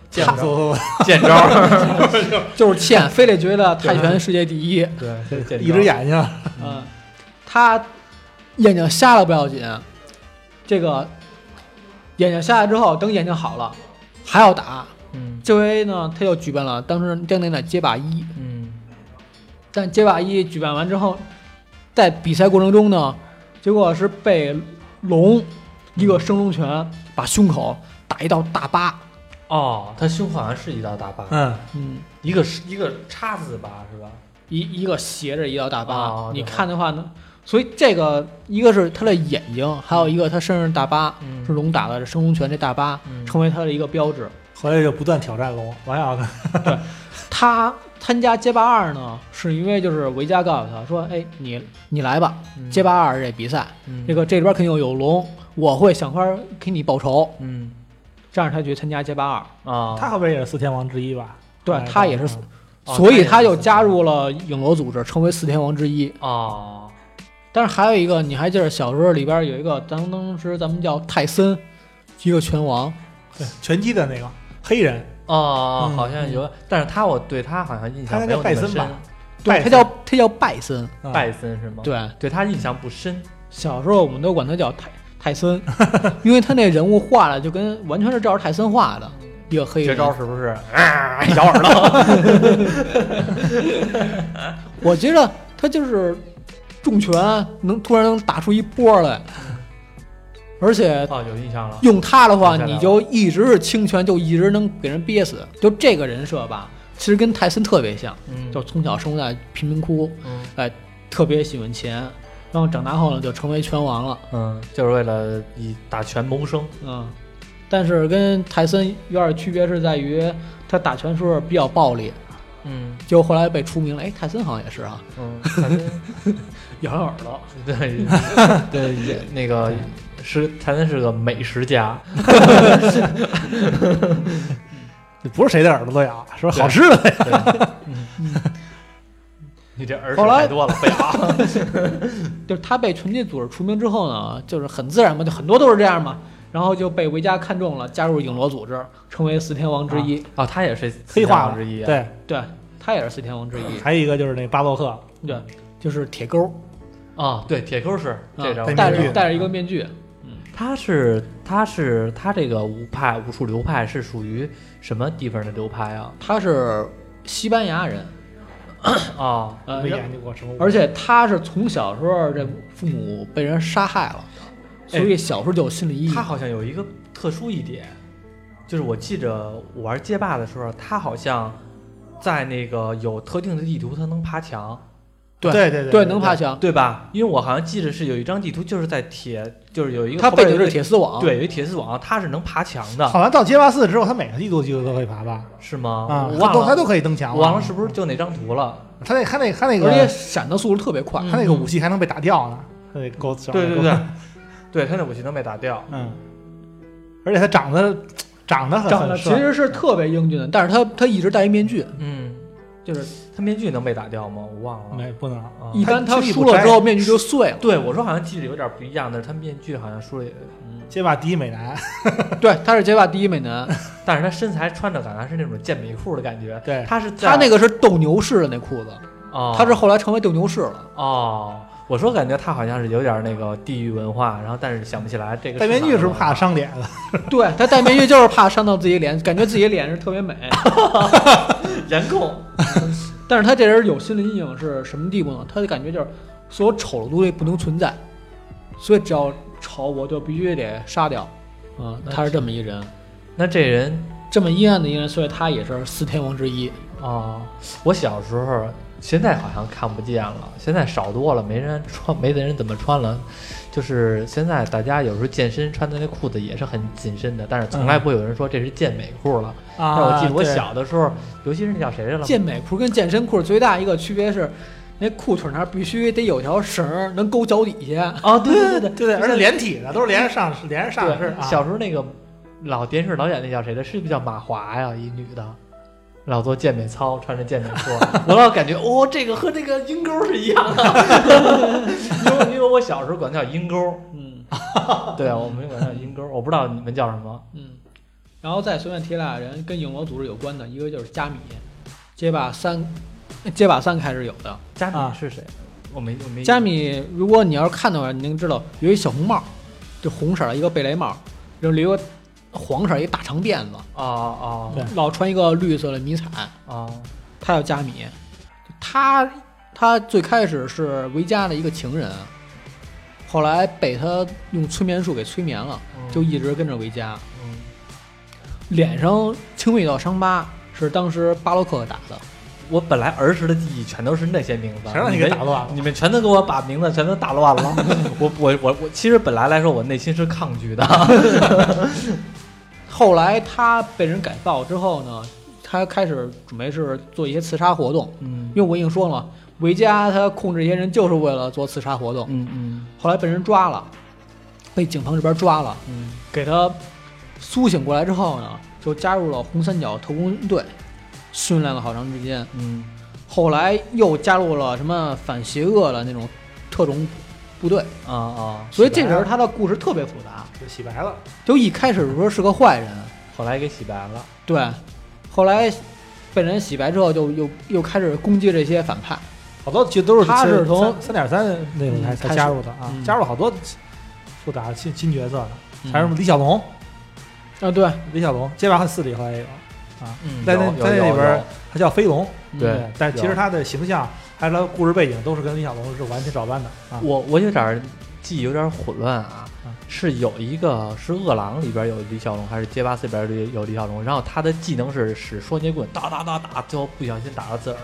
见见招不 见招， 就是欠，非得觉得泰拳世界第一，对，就得见一招只眼睛嗯，他眼睛瞎了不要紧，这个眼睛瞎了之后，等眼睛好了还要打。嗯这回呢，他又举办了当时当年的街霸一，嗯但街霸一举办完之后，在比赛过程中呢，结果是被龙一个升龙拳把胸口打一道大疤，哦，他胸口好像是一道大疤，嗯，嗯，一个是一个叉子疤是吧？一一个斜着一道大疤，哦你对看的话呢，所以这个一个是他的眼睛，还有一个他身上的大疤，嗯是龙打的升龙拳这大疤，嗯成为他的一个标志。回来就不断挑战龙。完了，他参加街霸二呢，是因为就是维嘉告诉他说，哎，你你来吧，嗯街霸二这比赛，这个个这里边肯定有龙，我会想法儿给你报仇，嗯这样他去参加街霸二。啊，他后边也是四天王之一吧？对后来嗯他也是，哦所以他就加入了影楼组织，成为四天王之一。哦但是还有一个，你还记得小时候里边有一个，当当时咱们叫泰森，一个拳王，对拳击的那个黑人，哦，嗯好像有，但是他我对他好像印他象那没有叫拜那么森深吧，？对，他拜叫他叫拜森。嗯拜森是吗？，对，对他印象不深，小时候我们都管他叫泰泰森， 因为他那人物画的就跟完全是照着泰森画的，一个黑绝人。招是不是？啊，咬耳朵，我觉着他就是重拳能突然能打出一 波来，而且 哦，有印象了，用他的话，明白了你就一直是轻拳，就一直能给人憋死。就这个人设吧，其实跟泰森特别像，嗯，就从小生活在贫民窟，嗯哎，特别喜欢钱，然后长大后呢就成为拳王了，嗯，就是为了以打拳谋生，嗯。但是跟泰森有点区别是在于，他打拳时候比较暴力，嗯就后来被出名了。哎，泰森好像也是啊，嗯，反正 咬咬耳朵。对对，也那个是泰森是个美食家，不是谁的耳朵都咬，说好吃的。对，嗯你这耳屎后来太多了，被啊，就是他被拳击组织除名之后呢，就是很自然嘛，就很多都是这样嘛。然后就被维嘉看中了，加入影罗组织，成为四天王之一。 啊，他也是黑化了之一啊，对，对他也是四天王之一。还有一个就是那巴洛克，嗯对，就是铁钩，啊，对，铁钩是这招啊儿，戴面着具戴着一个面具，他是他是他这个武派武术流派是属于什么地方的流派啊？他是西班牙人，啊，呃没，研究过什么，而且他是从小时候这父母被人杀害了，所以小时候就有心理阴影哎他。好像有一个特殊一点，就是我记着我玩街霸的时候，他好像在那个有特定的地图，他能爬墙，对对对对，能爬墙，对吧？因为我好像记着是有一张地图，就是在铁，就是有一个他后边背有景一个是铁丝网。，对，有一铁丝网，他是能爬墙的，好像到街霸四之后，他每个季度就都可以爬吧？是吗？啊，我他都忘他了，都可以登墙啊我忘了是不是就那张图了？他那他那他那而且个闪的速度特别快。嗯他那个武器还能被打掉呢，他那钩子对对对，对他那武器能被打掉，嗯，而且他长得长得很长得很其帅实是特别英俊的，但是他他一直戴一面具，嗯，就是他面具能被打掉吗？我忘了。没不能。啊一般他他输了之后面具就碎了。对我说好像记着有点不一样，但是他面具好像说了也，嗯，街霸第一美男，对，他是街霸第一美 男，但是他身材穿着感觉是那种健美裤的感觉，对，他是在他那个是斗牛士的那裤子，哦，他是后来成为斗牛士 了。哦，我说感觉他好像是有点那个地域文化，然后但是想不起来这个戴面具是不是怕上。伤脸了？对他戴面具就是怕伤到自己脸，感觉自己脸是特别美。 颜控，但是他这人有心理阴影是什么地步呢？他就感觉就是所有丑的东西不能存在，所以只要丑我就必须得杀掉。啊、他是这么一人，那这人这么阴暗的一人，所以他也是四天王之一。哦，我小时候，现在好像看不见了，现在少多了，没人穿，没的人怎么穿了。就是现在大家有时候健身穿的那裤子也是很紧身的，但是从来不会有人说这是健美裤了。但啊是我记得我小的时候，尤其是那叫谁来了，健美裤跟健身裤最大一个区别是，那裤腿那儿必须得有条绳儿能勾脚底下。哦，对对对对对，而且连体的都是连着上连着上对，是啊，小时候那个老电视老演那叫谁的，是不是叫马华呀？一女的，老做健美操，穿着健美裤， 我老感觉哦，这个和这个鹰钩是一样的，因为因为我小时候管它叫鹰钩，嗯对我们管它叫鹰钩，我不知道你们叫什么。嗯。然后再随便提俩人跟影楼组织有关的，一个就是加米，街霸三，街霸三开始有的。加啊米是谁？我没我没加米，如果你要是看的话，你能知道有一小红帽，就红色儿的一个贝雷帽，然后留一个黄色儿一大长辫子，啊啊对老穿一个绿色的迷彩，啊他叫加米。他他最开始是维嘉的一个情人，后来被他用催眠术给催眠了，嗯就一直跟着维嘉，嗯脸上轻微一道伤疤，是当时巴洛克打的。我本来儿时的记忆全都是那些名字，全让你给打啊乱了。你们全都给我把名字全都打乱了。我我我我，其实本来来说，我内心是抗拒的。后来他被人改造之后呢，他开始准备是做一些刺杀活动。嗯因为我已经说了嘛，维嘉他控制一些人就是为了做刺杀活动，嗯嗯后来被人抓了，被警方这边抓了，嗯给他苏醒过来之后呢，就加入了红三角特工队，训练了好长时间，嗯后来又加入了什么反邪恶的那种特种部队，啊啊！所以这人他的故事特别复杂，就洗白了，就一开始的时候是个坏人，后来给洗白了。对，后来被人洗白之后就又又开始攻击这些反派，好多其实都是他是从三点三那个才嗯才开始加入的啊嗯，加入了好多复杂的新新角色的，还有什嗯么李小龙，啊对，李小龙街霸四里后来也有，嗯在那在那里边儿他叫飞龙，嗯对但其有实他的形象还有他的故事背景都是跟李小龙是完全 照搬的啊。我我有点儿记忆有点儿混乱啊啊，是有一个是饿狼里边儿有李小龙，还是街霸四里边儿有李小龙？然后他的技能是使双截棍，哒哒哒哒，最后不小心打到自个儿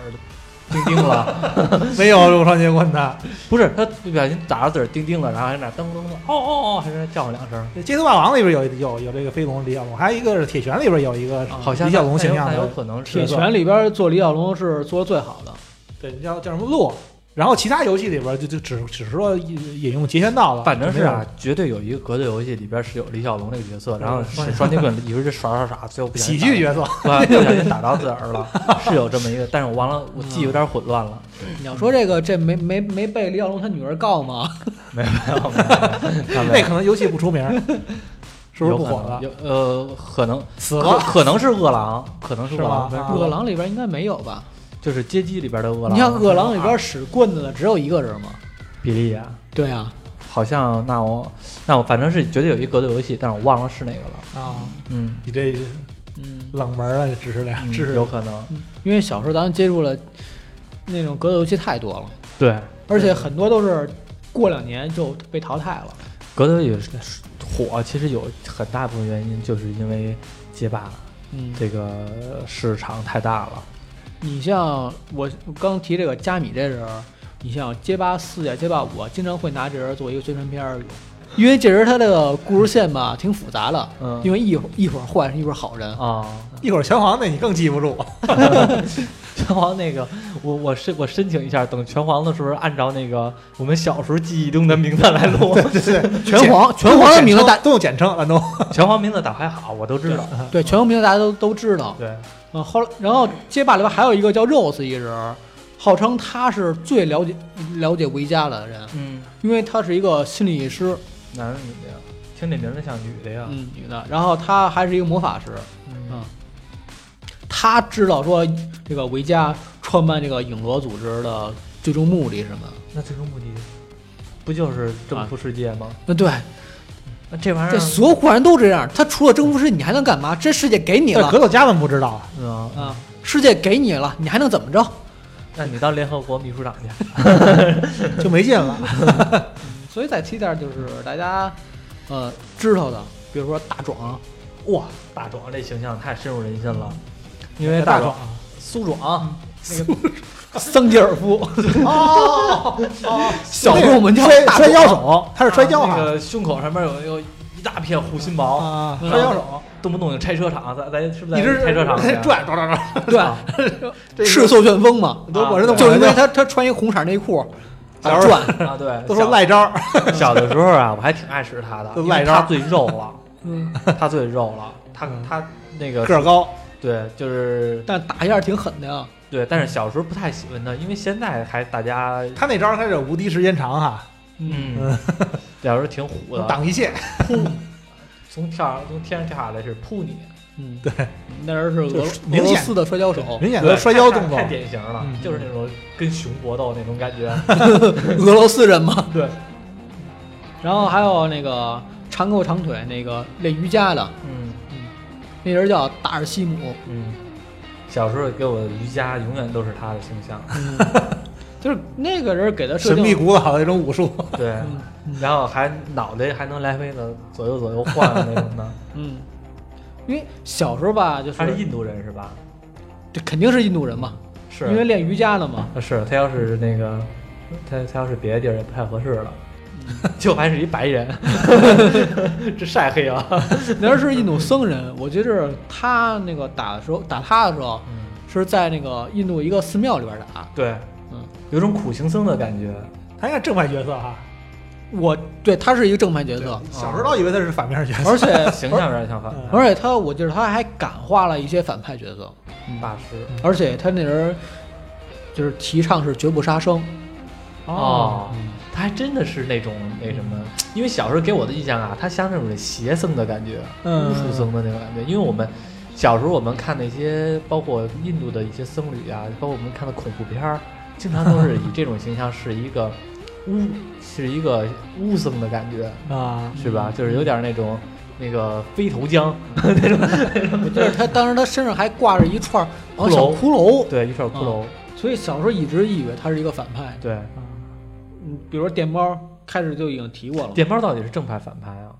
钉钉了， 没有用双截棍的，不是他不小心打到自个儿钉钉了，然后还在那儿噔噔噔，哦哦哦，还在那儿叫唤两声， 《街头霸王》里边有有有这个飞龙李小龙，还有一个是《铁拳》里边有一个啊好像李小龙形象那有那的有，可能是铁拳里边做李小龙是做的最好的，对，叫叫什么洛。然后其他游戏里边就就只只是说引用截拳道了，反正是就没有啊，绝对有一个格斗游戏里边是有李小龙那个角色，然后嗯是 双截棍，以为是耍耍耍，最后不小喜心剧角色，打到，对，不小心打到自个儿了，是有这么一个，但是我忘了，我记忆有点混乱了。你要说这个，这没没没被李小龙他女儿告吗？没有没有没 有，没嗯那有可能游戏不出名， 是不是不火了？有可能有呃，可能死可了，可能是饿狼，可能是是饿吧狼，？ 啊饿狼里边应该没有吧？就是街机里边的饿狼。啊你像饿狼里边使棍子的只有一个人吗？比利啊，对啊，好像那我那我反正是绝对有一格斗游戏，但是我忘了是哪个了。啊，嗯，你这嗯，冷门啊，这知识量，嗯知识有可能。因为小时候咱们接触了那种格斗游戏太多了，对，而且很多都是过两年就被淘汰了。格斗也是火，其实有很大部分原因就是因为街霸嗯，这个市场太大了。你像我刚提这个加米这人儿，你像街霸四呀、街霸五，啊，经常会拿这人儿做一个宣传片儿用，因为这人儿他这个故事线吧挺复杂的，嗯因为一会儿一会儿坏人，一会儿好人。啊，一会儿拳皇那你更记不住，拳皇那个，我我申我申请一下，等拳皇的时候按照那个我们小时候记忆中的名字来 录。对对，拳皇，拳皇的名字大，都用简称，咱都拳皇名字倒还好，我都知道。对，拳皇名字大家都都知道。对，嗯，后来然后街霸里边还有一个叫 Rose 一人儿，号称他是最了解了解维嘉的人，嗯，因为他是一个心理师，男的女的呀？听这名字像女的呀？嗯，女的，然后他还是一个魔法师，嗯嗯他知道说这个维嘉创办这个影罗组织的最终目的是什么？那最终目的不就是征服世界吗？那对，啊那这玩意这儿，所有坏人都这样，他除了征服世界，你还能干嘛？这世界给 你但了格斗家们不知道啊，嗯，啊，世界给你了，你还能怎么着？那你当联合国秘书长去。就没劲了。 所以在 T 点就是大家呃知道的，比如说大壮，哇，大壮这形象太深入人心了，因因为为大壮壮，苏嗯壮，桑吉尔夫。 哦哦，小时候我们叫摔大摔跤壮手，他是摔跤那啊个胸口上面有有一大片护心毛，啊，嗯摔跤手，动不动就拆车厂，咱咱是不是一直在拆车厂里啊？转转转转，啊对，这个赤色旋风嘛，都我这都啊就我因这为都他他穿一红色内裤，小啊时候 转，啊，对，都说赖招儿，小小的时候啊，我还挺爱使他的，都因赖为招他最肉了，嗯，他最肉了，他嗯他那个个儿高，对，就是但打一下挺狠的呀，对，但是小时候不太喜欢他，因为现在还大家他那招儿开始无敌时间长哈， 嗯，小时候挺虎的，挡一切，从跳从天上跳下来是扑你，嗯，对，那人是俄就俄是明显罗斯的摔跤手，明显对的摔跤太动作太。太典型了，嗯就是那种跟熊搏斗那种感觉。俄罗斯人嘛，对， 然后还有那个长胳膊长腿那个练瑜伽的，嗯那人叫达尔西姆，嗯，小时候给我的瑜伽永远都是他的形象。嗯 就是那个人给他设神秘定，古老的那种武术，对，嗯然后还脑袋还能来回的左右左右晃的那种的。嗯，因为小时候吧，就他是是印度人是吧？这肯定是印度人嘛，是，因为练瑜伽的嘛，啊是他要是那个他他要是别的地儿也不太合适了。 就还是一白人，这晒黑啊！ 那人是印度僧人，我觉着他那个打的时候打他的时候。嗯，是在那个印度一个寺庙里边打。对，嗯，有种苦行僧的感觉。他应该正派角色哈。我对哦他是一个正派角色，小时候老以为他是反面角色，而且 形象有点像反派而且他，我记得他还感化了一些反派角色，大师而且他那人就是提倡是绝不杀生。哦，他还真的是那种那什么，因为小时候给我的印象啊，他像那种邪僧的感觉，嗯巫术僧的那种感觉。因为我们小时候我们看那些包括印度的一些僧侣啊，包括我们看的恐怖片儿，经常都是以这种形象是一个巫，是一个巫僧的感觉，啊，是吧？就是有点那种那个飞头姜，我记得他当时他身上还挂着一串骷哦髅小骷髅，对，一串骷髅，所以小时候一直以为他是一个反派。对。嗯，比如说电猫，开始就已经提过了。电包到底是正派反派啊？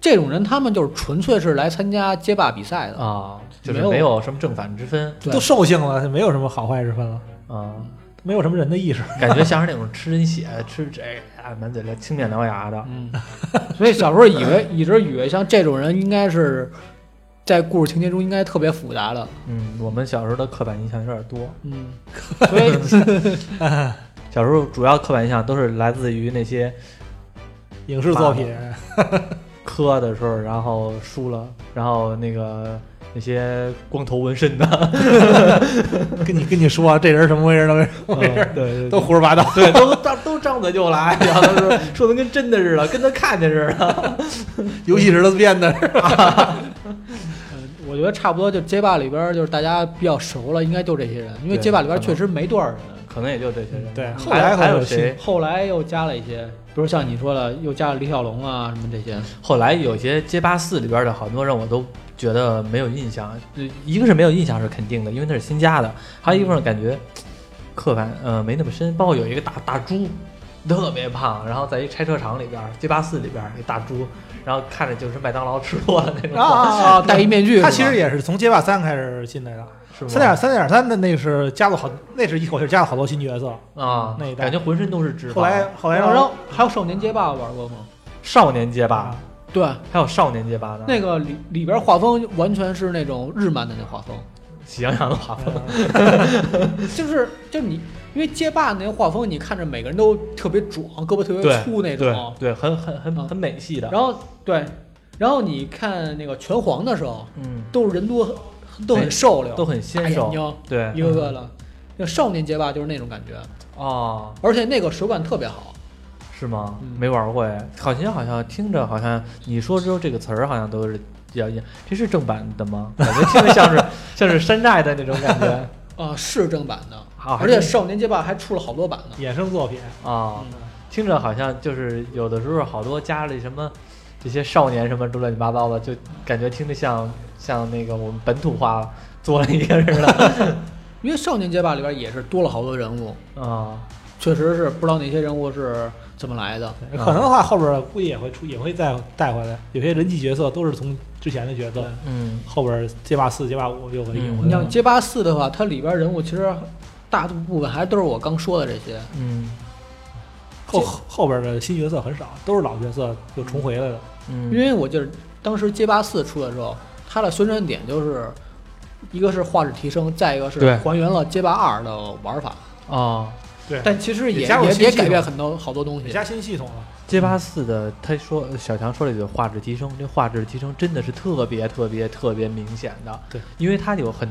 这种人他们就是纯粹是来参加街霸比赛的。啊，就是没有没有什么正反之分对都兽性了，没有什么好坏之分了，啊。没有什么人的意识。感觉像是那种吃人血、 吃这啊，满嘴獠青面獠牙的。嗯，所以小时候以为一直以为像这种人应该是在故事情节中应该特别复杂的，嗯，我们小时候的刻板印象有点多，嗯，所以 小时候主要刻板印象都是来自于那些影视作品磕的时候，然后输了，然后那个那些光头纹身的， 跟你跟你说这人什么人什么人，嗯对对都对。胡说八道。对， 都都都张嘴就来，然后都说说的跟真的似的，跟他看见似的。游戏时都变的，呃我觉得差不多就街霸里边儿就是大家比较熟了，应该就这些人，因为对街霸里边儿可确能实没多少人，可能也就这些人。对后嗯还来有还会有有谁？后来又加了一些，比如像你说的，又加了李小龙啊什么这些，后来有些街霸四里边的很多人我都觉得没有印象，呃一个是没有印象是肯定的，因为那是新加的；还有一部分感觉刻板呃没那么深，包括有一个大大猪，特别胖，然后在一拆车厂里边儿 G 八四里边儿一大猪，然后看着就是麦当劳吃多了那种，啊，戴一面具是吧，它其实也是从街霸三开始进来的，是吗？三点三点三的那是加了好，那是一口气加了好多新角色。啊，那一代感觉浑身都是脂肪。后来后来然后让然后还有少年街霸玩过吗？少年街霸，对，还有少年街霸呢，那个里里边画风完全是那种日漫的那画风，喜羊羊的画风。就是就你因为街霸那个画风，你看着每个人都特别壮，胳膊特别对粗那种对。对，很很啊很很美系的。然后对，然后你看那个拳皇的时候，嗯，都是人多，都很对瘦哎溜，哎都很大纤眼瘦。睛，对，嗯一个个的。那少年街霸就是那种感觉，哦，而且那个手感特别好。是吗嗯？没玩过哎，好像好像听着好像你说之后这个词儿好像都是比较，这是正版的 吗？感觉听着像是像是山寨的那种感觉 啊，是正版的，啊还而且是少年街霸还出了好多版呢。 衍生作品，啊，听着好像就是有的时候好多加了什么。这些少年什么乱七八糟的，就感觉听着像像那个我们本土化做了一个似的因为少年街霸里边也是多了好多人物， 啊。确实是不知道哪些人物是怎么来的。可能的话后边估计也会出，也会再带回来。有些人气角色都是从之前的角色对，嗯后边街霸四、街霸五又会引嗯你回来像。街霸四的话，它里边人物其实大部分还都是我刚说的这些。嗯后后边的新角色很少，都是老角色又重回来的。嗯，因为我记得当时街霸四出的时候，它的宣传点就是一个是画质提升，再一个是对还原了街霸二的玩法，哦，对但其实也也加入也新也系统改变很多好多东也西加。新系统啊了，街霸四的，他说小强说了一句画质提升，这画质提升真的是特别特别特别明显的，对，因为它有很，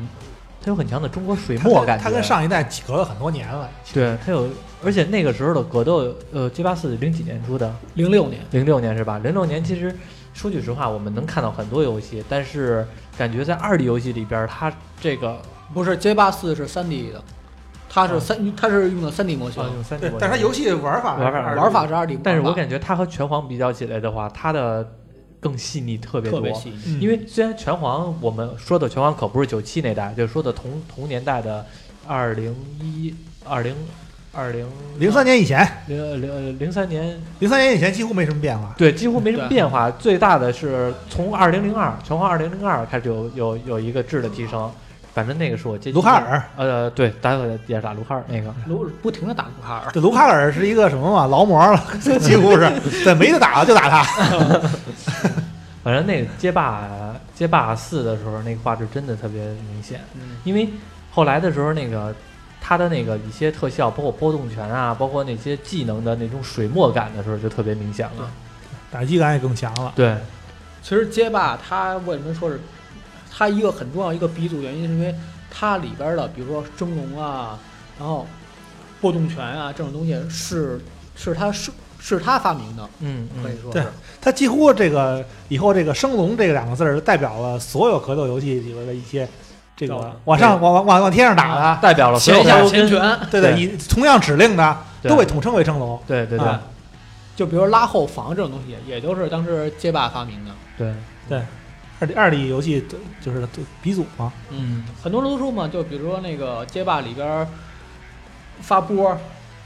它有很强的中国水它墨跟感觉，它跟上一代隔了很多年了。对它有，而且那个时候的格斗，呃，街霸四零几年出的，零六年，零六年是吧？零六年其实说句实话，我们能看到很多游戏，但是感觉在二 D 游戏里边儿，它这个不是街霸四是三 D 的，它是啊三、它是用的三 D 模型，用三 D，对，但是它游戏玩法玩法还是玩法是二 D，啊但是我感觉它和拳皇比较起来的话，它的更细腻特别特多，别细腻。嗯因为虽然拳皇我们说的拳皇可不是九七那代，就是说的同同年代的二零一二零二零零三年以前，零零零三年，零三年以前几乎没什么变化。对，几乎没什么对变化。最大的是从二零零二拳皇二零零二开始有有有一个质的提升，反正那个是我接近卢卡，尔，呃，对，打也是打卢卡尔那个，卢不停的打卢卡尔，这卢卡尔是一个什么嘛？劳模了， 几乎是，对，没得打了就打他。反正那个街霸街霸四的时候，那个画质真的特别明显。嗯，因为后来的时候，那个它的那个一些特效，包括波动拳啊，包括那些技能的那种水墨感的时候，就特别明显了。打击感也更强了。对，其实街霸它为什么说是它一个很重要一个鼻祖原因，是因为它里边的比如说蒸笼啊，然后波动拳啊这种东西是是它是是它发明的，嗯可以嗯，说对是他几乎这个以后这个“升龙”这两个字儿，代表了所有格斗游戏里边的一些这对个往上、往往往往天上打的，代表了所有前下都前跟拳，对对，对以同样指令的对都被统称为升龙。对对对啊就比如拉后防这种东西，也都是当时街霸发明的。对，二 D 二 D 游戏就是鼻祖嘛，嗯很多人都说嘛，就比如说那个街霸里边儿发波儿，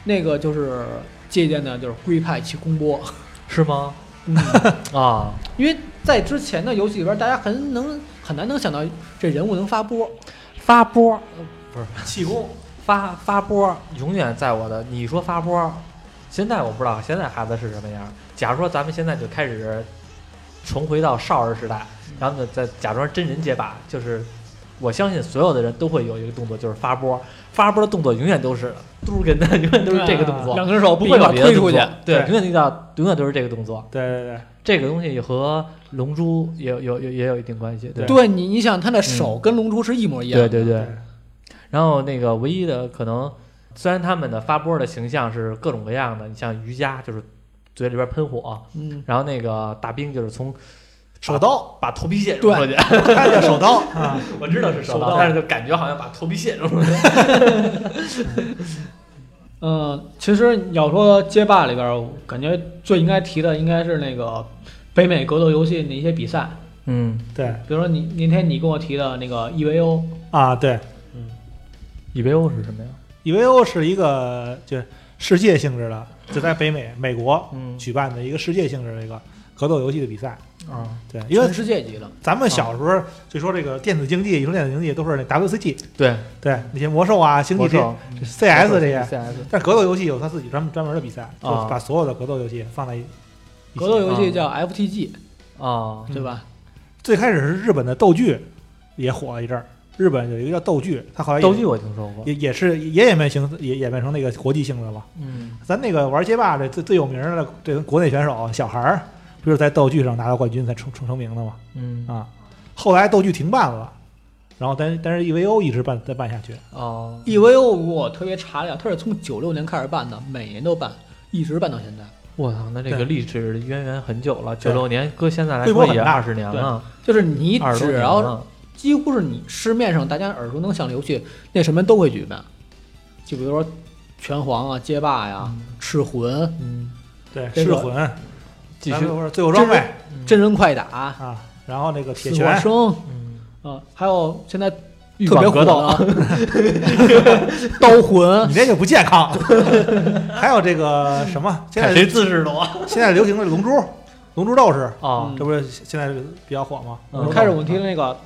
那个就是借鉴的就是龟派气功波，嗯是吗？啊，因为在之前的游戏里边儿，大家很能很难能想到这人物能发波。发波气功发发波，永远在我的。你说发波，现在我不知道现在孩子是什么样。假如说咱们现在就开始重回到少儿时代，然后呢再假装真人解把，就是我相信所有的人都会有一个动作，就是发波。发波的动作永远都是 嘟跟的，永远都是这个动作，两只手不啊不会会有把别的推动出作去。。对，对永远遇到永远都是这个动作。对对对，这个东西和龙珠也有有有也有一定关系，对对你，你想他的手跟龙珠是一模一样的。对对对对。然后那个唯一的可能，虽然他们的发波的形象是各种各样的，你像瑜伽就是嘴里边喷火，嗯，然后那个大兵就是从手刀，把头皮屑扔出去，他叫手刀啊，我知道是手手刀但是就感觉好像把头皮屑扔出去。嗯，其实你要说街霸里边儿，我感觉最应该提的应该是那个北美格斗游戏的一些比赛，嗯，对比如说 E 你那天你跟我提的那个 EVO，啊，对， EVO 是什么呀？ EVO ，E 是一个就是世界性质的，就在北美美国嗯举办的一个世界性质的一个格斗游戏的比赛。啊，对，因为全世界级的，咱们小时候就说这个电子竞技，一说电子竞技都是那 WCG，对，对那些魔兽啊、星际魔这兽这 CS 这些。 CS 但格斗游戏有它自己专门专门的比赛，就啊把所有的格斗游戏放在一一起格斗游戏嗯叫 FTG 啊，对吧？最开始是日本的斗剧也火了一阵儿，日本有一个叫斗剧，它后来也斗剧我听说过，也也是也演变成也演变成那个国际性的了。嗯咱那个玩街霸这最最有名的这国内选手小孩儿，不就是在斗剧上拿到冠军才成成成名的吗？嗯啊，后来斗剧停办了，然后但但是 EVO 一直办再办下去。哦， EVO ？E 我特别查了一下，它是从九六年开始办的，每年都办，一直办到现在。我操，那这个对历史渊源很久了，九对六年搁现在来规模说很也大二十年了，就是你二十多只年要了，几乎是你市面上大家耳熟能详的游戏，那什么都会举办，就比如说拳皇啊、街霸呀、赤魂、嗯，对，这噬个魂，继咱续们，说最后装备嗯真人快打、啊，然后那个铁死火拳，生嗯啊，还有现在欲特别望火格斗的啊 刀魂你。这就不健康。还有这个什么，现看在谁姿势多啊现在流行的龙珠，龙珠斗士，哦这不是现在比较火吗？嗯开始我们听那个。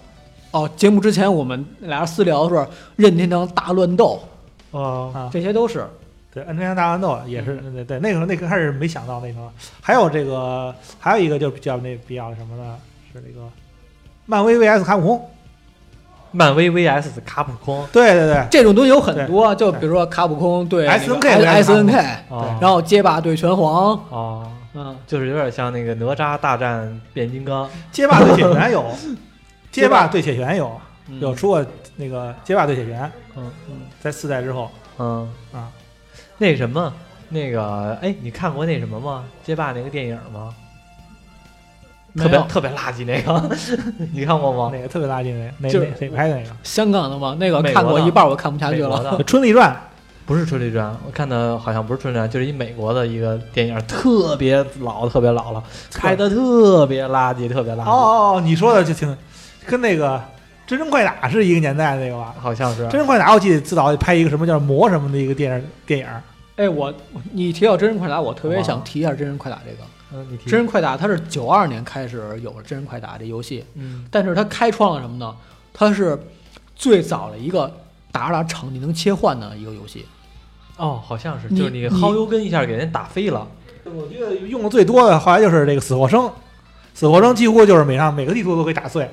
哦，节目之前我们俩人私聊的时候，任天堂大乱斗，啊，这些都是对，《恩天大乱斗》也是，嗯对对，那个时候那个开始没想到那个，还有这个，还有一个就比较那比较什么呢？是这个漫威 VS 卡普空，漫威 VS 卡普空，对对对，这种东西有很多，就比如说卡普空对 SNK 对 S N K，哦然后街霸对拳皇，哦，嗯，就是有点像那个哪吒大战变形金刚，街霸对铁拳有，街霸对铁拳有，嗯有出过那个街霸对铁拳，嗯嗯，在四代之后嗯啊，那什么，那个哎，你看过那什么吗？街霸那个电影吗？特没别有特别垃圾那个， 你看过吗？哪个特别垃圾那哪哦就哪谁拍的那个香港的吗？那个美国看的过一半，我看不下美去国了。的《春丽传》，不是《春丽传》，我看的好像不是《春丽传》，就是一美国的一个电影，特别老，特别老了，拍的特别垃圾，特别垃圾，哦哦哦，你说的就挺跟那个《真人快打》是一个年代的那个吧？好像是啊《真人快打》我记得最早拍一个什么叫魔什么的一个电影电影。哎，我你提到真人快打，我特别哇想提一下真人快打这个。嗯，你提真人快打它是九二年开始有了真人快打这游戏，嗯但是它开创了什么呢？它是最早的一个打着打着场地能切换的一个游戏。哦，好像是，你就是你薅油根一下给人打飞了，我觉得用的最多的后来就是这个死活生，死活生几乎就是每上每个地图都可以打碎。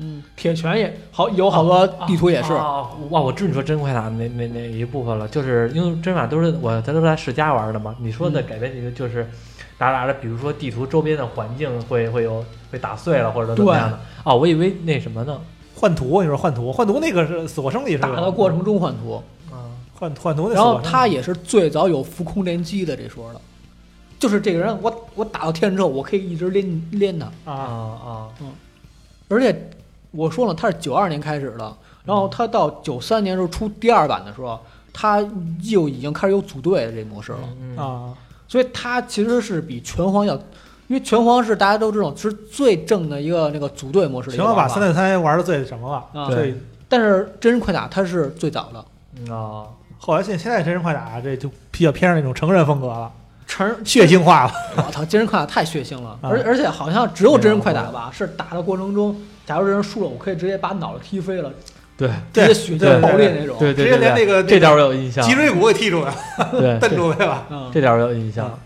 嗯，铁拳也好，有好啊多地图也是。哦哇，我知道你说真快打那那那一部分了，就是因为真法都是我咱都是在世家玩的嘛。你说的嗯改变这个就是打打着，比如说地图周边的环境会会有被打碎了或者怎么样的。哦，我以为那什么呢？换图，你说换图，换图那个是死活生里是有打的过程中换图，啊，换换图那死然后活生，他也是最早有浮空连击的这说的，就是这个人我我打到天之后，我可以一直连连他，啊啊，啊，而且我说了他是九二年开始的，然后他到九三年时候出第二版的时候，他就已经开始有组队的这模式了，嗯嗯啊，所以他其实是比拳皇要。因为拳皇是大家都知道是最正的一个那个组队模式的一行个了玩吧，法，三对三玩的最什么了？啊，对最但是真人快打它是最早的，嗯啊，后来现现在真人快打这就比较偏上那种成人风格了，成人血腥化了。嗯我操，真人快打太血腥了，啊而而且好像只有真人快打吧，是打的过程中，假如这人输了，我可以直接把脑袋踢飞了，对直对接血对浆爆裂那种。对对，直接连那个这点我有印象，脊椎骨给踢出来，对蹬出来了。嗯这点我有印象啊。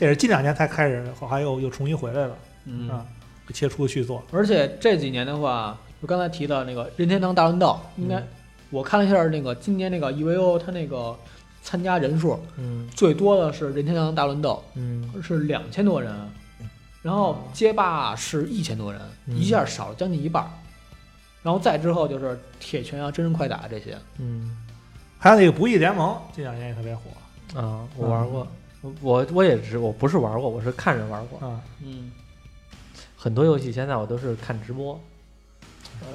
这是近两年才开始，后来又又重新回来了嗯，啊，切出续作。而且这几年的话，就刚才提到那个任天堂大乱斗，应该嗯我看了一下那个今年那个 E EVO 它那个参加人数嗯最多的是任天堂大乱斗，嗯是两千多人，啊然后街霸是一千多人，嗯一下少了将近一半儿。然后再之后就是铁拳啊、真人快打这些，嗯还有那个《不义联盟》，这两年也特别火啊，我嗯玩过，我我也是，我不是玩过，我是看人玩过。啊。嗯，很多游戏现在我都是看直播，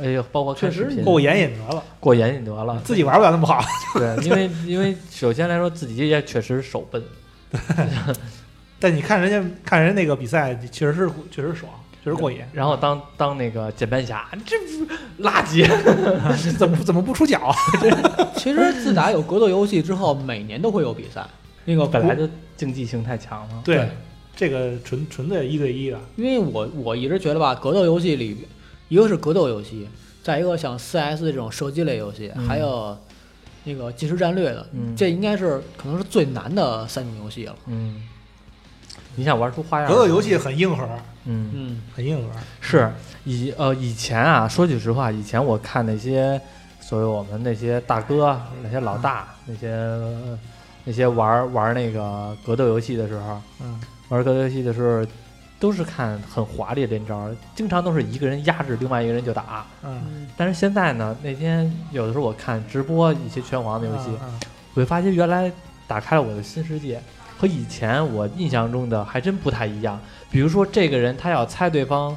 哎呦，包括看确视实频你够眼瘾得了，过眼瘾 得了。自己玩不了那么好。对，因为因为首先来说自己也确实手笨，但你看人家看人家那个比赛，确实是确实爽。确实过瘾。然后当当那个键盘侠，这不垃 圾，怎么怎么不出脚？其实自打有格斗游戏之后，每年都会有比赛。那 个本来就竞技性太强了。对，这个纯纯粹一对一的，因为我我一直觉得吧，格斗游戏里，一个是格斗游戏，再一个像 CS 这种射击类游戏，嗯还有那个即时战略的，嗯，这应该是可能是最难的三种游戏了。嗯，你想玩出花样来？格斗游戏很硬核，嗯，嗯，很硬核。是以呃以前啊，说句实话，以前我看那些所谓我们那些大哥、那些老大、那些那些玩玩那个格斗游戏的时候，嗯，玩格斗游戏的时候。都是看很华丽的连招，经常都是一个人压制另外一个人就打。嗯，但是现在呢，那天有的时候我看直播一些拳皇的游戏，嗯我会发现原来打开了我的新世界，和以前我印象中的还真不太一样。比如说，这个人他要猜对方，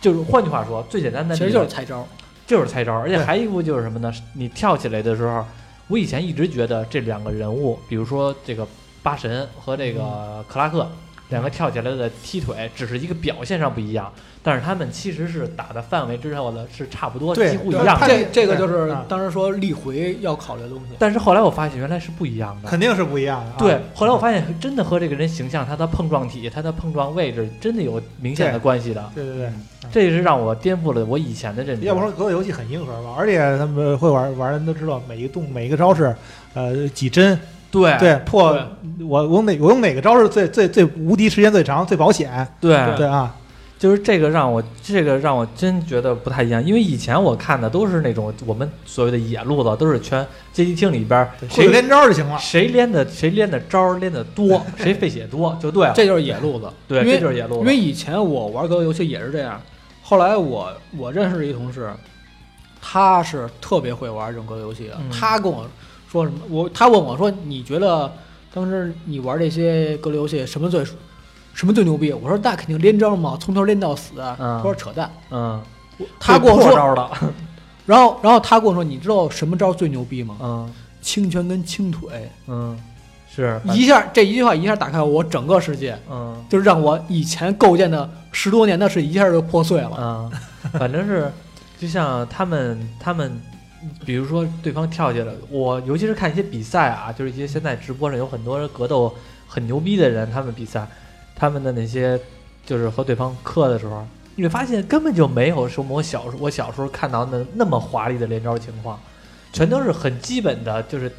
就是换句话说，最简单的其例实子就是猜招。就是猜招，而且还有一步就是什么呢？你跳起来的时候，我以前一直觉得这两个人物，比如说这个八神和这嗯个克拉克，两个跳起来的踢腿只是一个表现上不一样，但是他们其实是打的范围之上的是差不多，对几乎一对样他的。这这个就是嗯当时说立回要考虑的东西。但是后来我发现原来是不一样的，肯定是不一样的啊。对，后来我发现真的和这个人形象、他的碰撞体、他的碰撞位置真的有明显的关系的。对对对，这是让我颠覆了我以前的认知。要不说格斗游戏很硬核吧，而且他们会玩玩的人都知道每一个动每一个招式，呃，几帧，哎对对破对我我用哪我用哪个招式最最最无敌时间最长最保险，对对啊，就是这个让我这个让我真觉得不太一样，因为以前我看的都是那种我们所谓的野路子，都是全街机厅里边儿会谁连招就行了。谁练的谁练的招儿练的多，谁费血多就对了。这就是野路子，对，因为这就是野路因子为。以前我玩格斗游戏也是这样，后来我我认识一同事，他是特别会玩这种格斗游戏的。嗯他跟我说什么？我他问我说：“你觉得当时你玩这些格斗游戏什么最什么最牛逼？”我说：“那肯定连招嘛，从头连到死。啊嗯他说：“扯淡。嗯，他跟我会破说，招了。然后然后他跟我说：“你知道什么招最牛逼吗？嗯轻拳跟轻腿，嗯，是一下这一句话一下打开我整个世界。”嗯。就是让我以前构建的十多年的是一下就破碎了。啊，反正是，就像他们他们，比如说对方跳起来，我尤其是看一些比赛啊，就是一些现在直播上有很多格斗很牛逼的人，他们比赛，他们的那些就是和对方磕的时候，你会发现根本就没有什么我小我小时候看到的那么华丽的连招情况，全都是很基本的，就是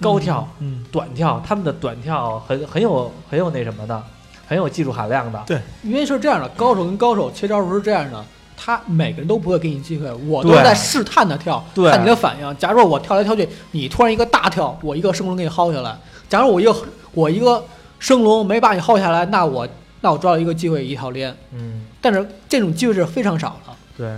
高跳。嗯，短跳，他们的短跳很很有很有那什么的，很有技术含量的。因为是这样的，高手跟高手切招时候是这样的，他每个人都不会给你机会，我都对是在试探的跳，对看你的反应。假如我跳来跳去，你突然一个大跳，我一个升龙给你薅下来；假如我一个我一个升龙没把你薅下来，那我那我抓到一个机会一套连。嗯，但是这种机会是非常少的。对，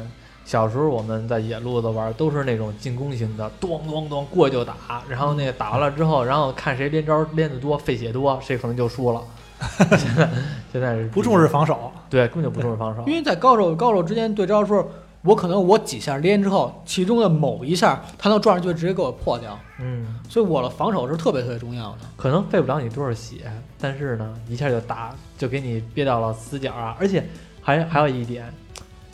小时候我们在野路子玩，都是那种进攻型的，咚咚咚过就打，然后那个打完了之后，然后看谁连招连得多，费血多，谁可能就输了。 现在现在是不重视，防守，对，根本就不重视防守因。为在高手高手之间对招的时候，我可能我几下连之后，其中的某一下他能撞上去直接给我破掉，嗯，所以我的防守是特别特别重要的。可能费不了你多少血，但是呢，一下就打就给你憋到了死角啊！而且还还有一点，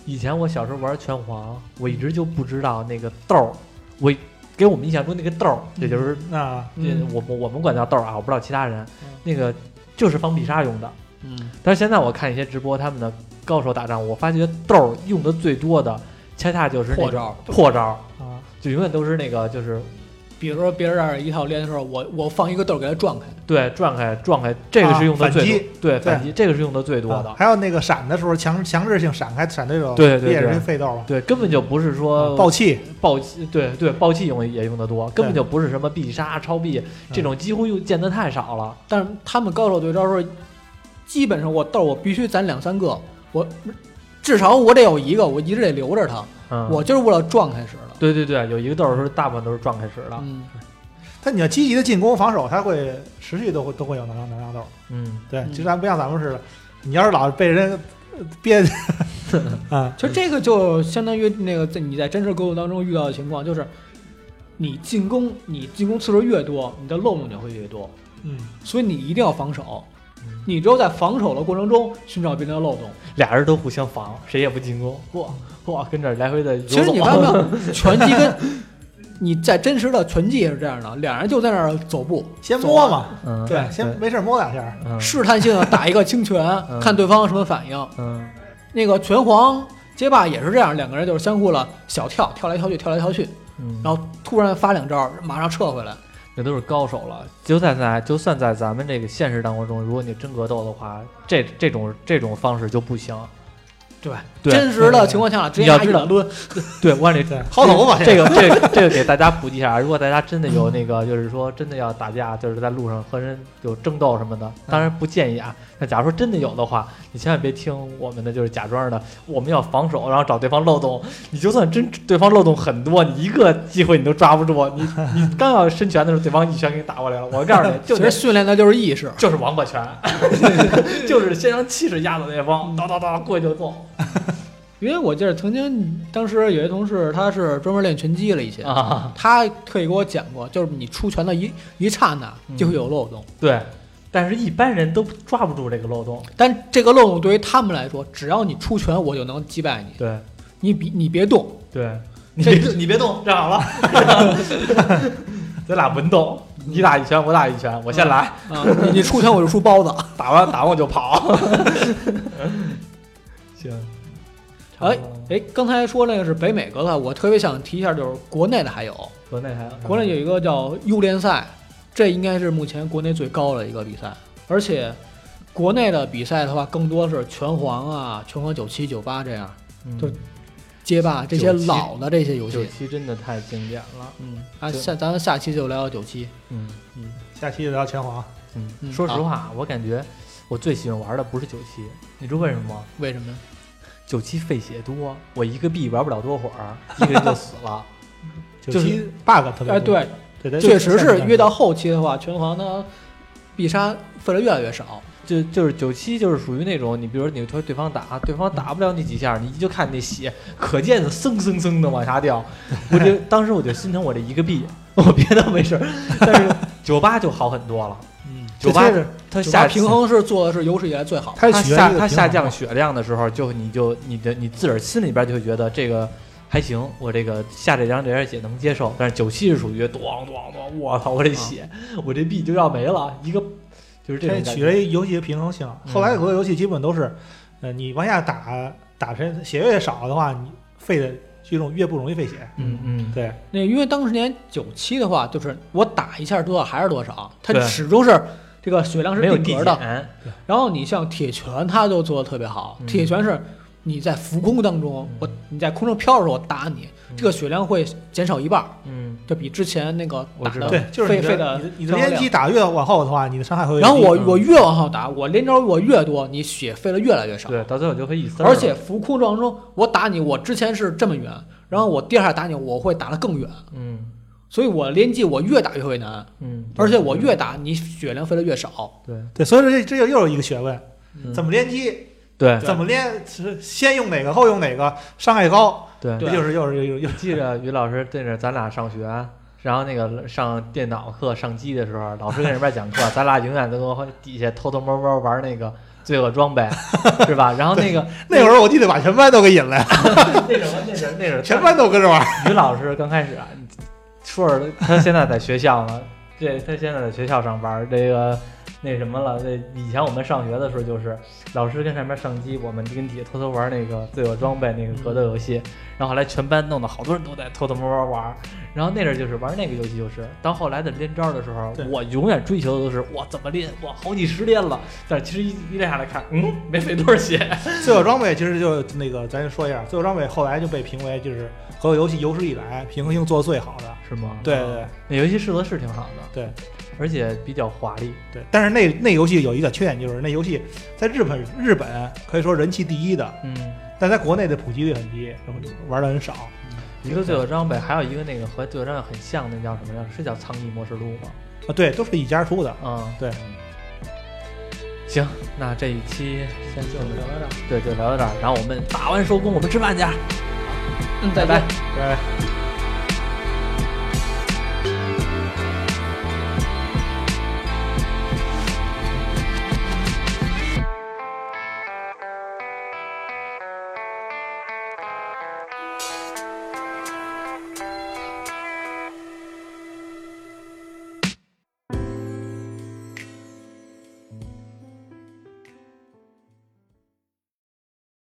以前我小时候玩拳皇，我一直就不知道那个豆儿，我给我们印象中那个豆儿，也就是那嗯嗯，我们我们管叫豆儿啊，我不知道其他人嗯，那个就是防必杀用的。嗯，但是现在我看一些直播，他们的高手打仗，我发觉豆儿用的最多的，恰恰就是那破种招。破招，啊，就永远都是那个就是比如说别人让一套连的时候，我我放一个豆儿给他撞开，对转开转开，这个啊是用的反最击多，对反击这个是用的最多的啊，还有那个闪的时候强强制性闪开闪对手，对对对呃也是费豆吧，对，根本就不是说爆气，暴气，对对暴气用也用的多，根本就不是什么必杀超必这种几乎用见的太少了。但是他们高手对招的时候，基本上我豆儿我必须攒两三个，我至少我得有一个，我一直得留着它，嗯，我就是为了撞开始的。对对对，有一个豆儿是大部分都是撞开始的，嗯，但你要积极的进攻防守，他会持续都会都会有能量能量豆。嗯对嗯，其实还不像咱们似的，你要是老被人呃憋 啊，其实这个就相当于那个在你在真实格斗当中遇到的情况，就是你进攻你进攻次数越多，你的漏洞就会越多，嗯，所以你一定要防守。嗯你只有在防守的过程中寻找别人的漏洞。俩人都互相防，谁也不进攻，不不，哇，跟这儿来回的游走。其实你发现没 有，拳击跟你在真实的拳击也是这样的，两人就在那儿走步，先走摸啊，嘛，嗯，对，先没事儿摸两下儿，嗯试探性的打一个轻拳嗯，看对方什么反应。嗯那个拳皇街霸也是这样，两个人就是相互了小跳，跳来跳去，跳来跳去，嗯，然后突然发两招，马上撤回来。那都是高手了。就算在就算在咱们这个现实当中，如果你真格斗的话，这这种这种方式就不行。对，对真实的情况下直接你要拿一知道两抡， 对，我让你对，薅头发这个这个这个给大家普及一下，如果大家真的有那个，就是说真的要打架，就是在路上和人有争斗什么嗯的，当然不建议啊。那假如说真的有的话，你千万别听我们的，就是假装的，我们要防守，然后找对方漏洞。你就算真对方漏洞很多，你一个机会你都抓不住，你 你刚要伸拳的时候，对方一拳给你打过来了。我告诉你，就其得实训练的就是意识。就是王八 拳，就是先让气势压倒对嗯方，叨叨叨过去就揍因为我记得曾经当时有些同事他是专门练拳击了一些，啊！他特意给我讲过，就是你出拳的一一刹那嗯就会有漏洞，对，但是一般人都抓不住这个漏洞。但这个漏洞对于他们来说，只要你出拳，我就能击败你。对。你比你别动，对，这别你别动，站好了，咱俩文斗，你打一拳，我打一拳，我先来， 啊，你你出拳我就出包子。打完打完我就 跑。行， 哎 哎，刚才说那个是北美格斗，我特别想提一下，就是国内的还有，国内还有国内有一个叫 U 联赛，这应该是目前国内最高的一个比赛，而且国内的比赛的话，更多是拳皇啊、拳皇九七、九八这样，嗯就街霸这些97老的这些游九戏。七真的太经典了。嗯，啊，对下咱们下期就聊聊九七。嗯下期聊拳皇，啊嗯，嗯说实话，我感觉我最喜欢玩的不是九七，你知道为什么吗？为什么呀？九七费血多，我一个币玩不了多会儿，一个人就死了。九是七 bug 特别多哎，，对，对对，确实是越到后期的话，拳皇呢必杀费的越来越少。就就是九七，就是属于那种你，比如你和对方打，对方打不了你几下，你就看那血，可见的蹭蹭蹭的往下 掉。我就当时我就心疼我这一个币， 我别的没事儿。但是九八就好很 多了，嗯，九这八确实它九下八平，衡是做的是有史以来最好的。它它取决于下这个它平下衡降血量的时候，就你就你的你自个儿心里边就会觉得这个还行，我这个下这张这点血能接受。但是九七是属于咣咣咣，我操，我这血，啊我这币就要没了，一个就是这这种感取觉。决于游戏的平衡性。嗯后来很多游戏基本都是，呃，你往下打打成血越少的话，你费的越容越不容易费血。嗯嗯，对，那因为当时年九七的话，就是我打一下多少还是多少，它对始终是这个血量是没有定递格的。减。然后你像铁拳，它就做的特别好。嗯铁拳是你在浮空当中，嗯我你在空中飘着我打你，嗯这个血量会减少一半儿，嗯就比之前那个我打知道的嗯对，就是费你费的的你的你的消耗连量击打越往后的话，你的伤害会越低。然后我嗯我越往后打，我连招我越多，你血费的越来越少。对，到最后就会一丝儿而且浮空撞中，我打你，我之前是这么远，然后我第二下打你，我会打得更远，嗯所以我连击我越打越为难，嗯，而且我越打你血量费的越少。对对，所以说这这又又有一个学问，嗯怎么连击，对怎么连，是先用哪个后用哪个，伤害高，对这对就是又是又又记着于老师对着咱俩上学，然后那个上电脑课上机的时候，老师跟人边讲课，咱俩永远都跟底下偷偷摸摸玩那个罪恶装备，是吧？然后那个那会儿我记得把全班都给引来，那什么那什么那什么，全班都跟着玩儿。于老师刚开始啊，说是他现在在学校呢，这他现在在学校上班，这个那什么了，这以前我们上学的时候就是老师跟上面上机，我们跟底下偷偷玩那个罪恶装备那个格斗游戏，然后后来全班弄得好多人都在偷偷摸摸玩，然后那阵儿就是玩那个游戏，就是到后来的连招的时候对，我永远追求的都是我怎么练，我好几十练了，但是其实一一练下来看，嗯，没费多少血，最后装备其实就那个，咱就说一下，最后装备后来就被评为就是所有游戏有史以来平衡性做得最好的。是吗？对对那游戏设的是挺好的，对，而且比较华丽，对，但是那那游戏有一个缺点，就是那游戏在日本日本可以说人气第一的，嗯。但在国内的普及率很低，然后玩的很少。啊一个罪恶装备，还有一个那个和罪恶装备很像的那叫什么呀？是叫《苍翼模式录》吗？啊，对，都是一家出的。嗯，对，行，那这一期先就这么聊到这儿，对，就聊到这儿。然后我们打完收工，我们吃饭去。嗯，拜再拜见。拜拜拜。拜。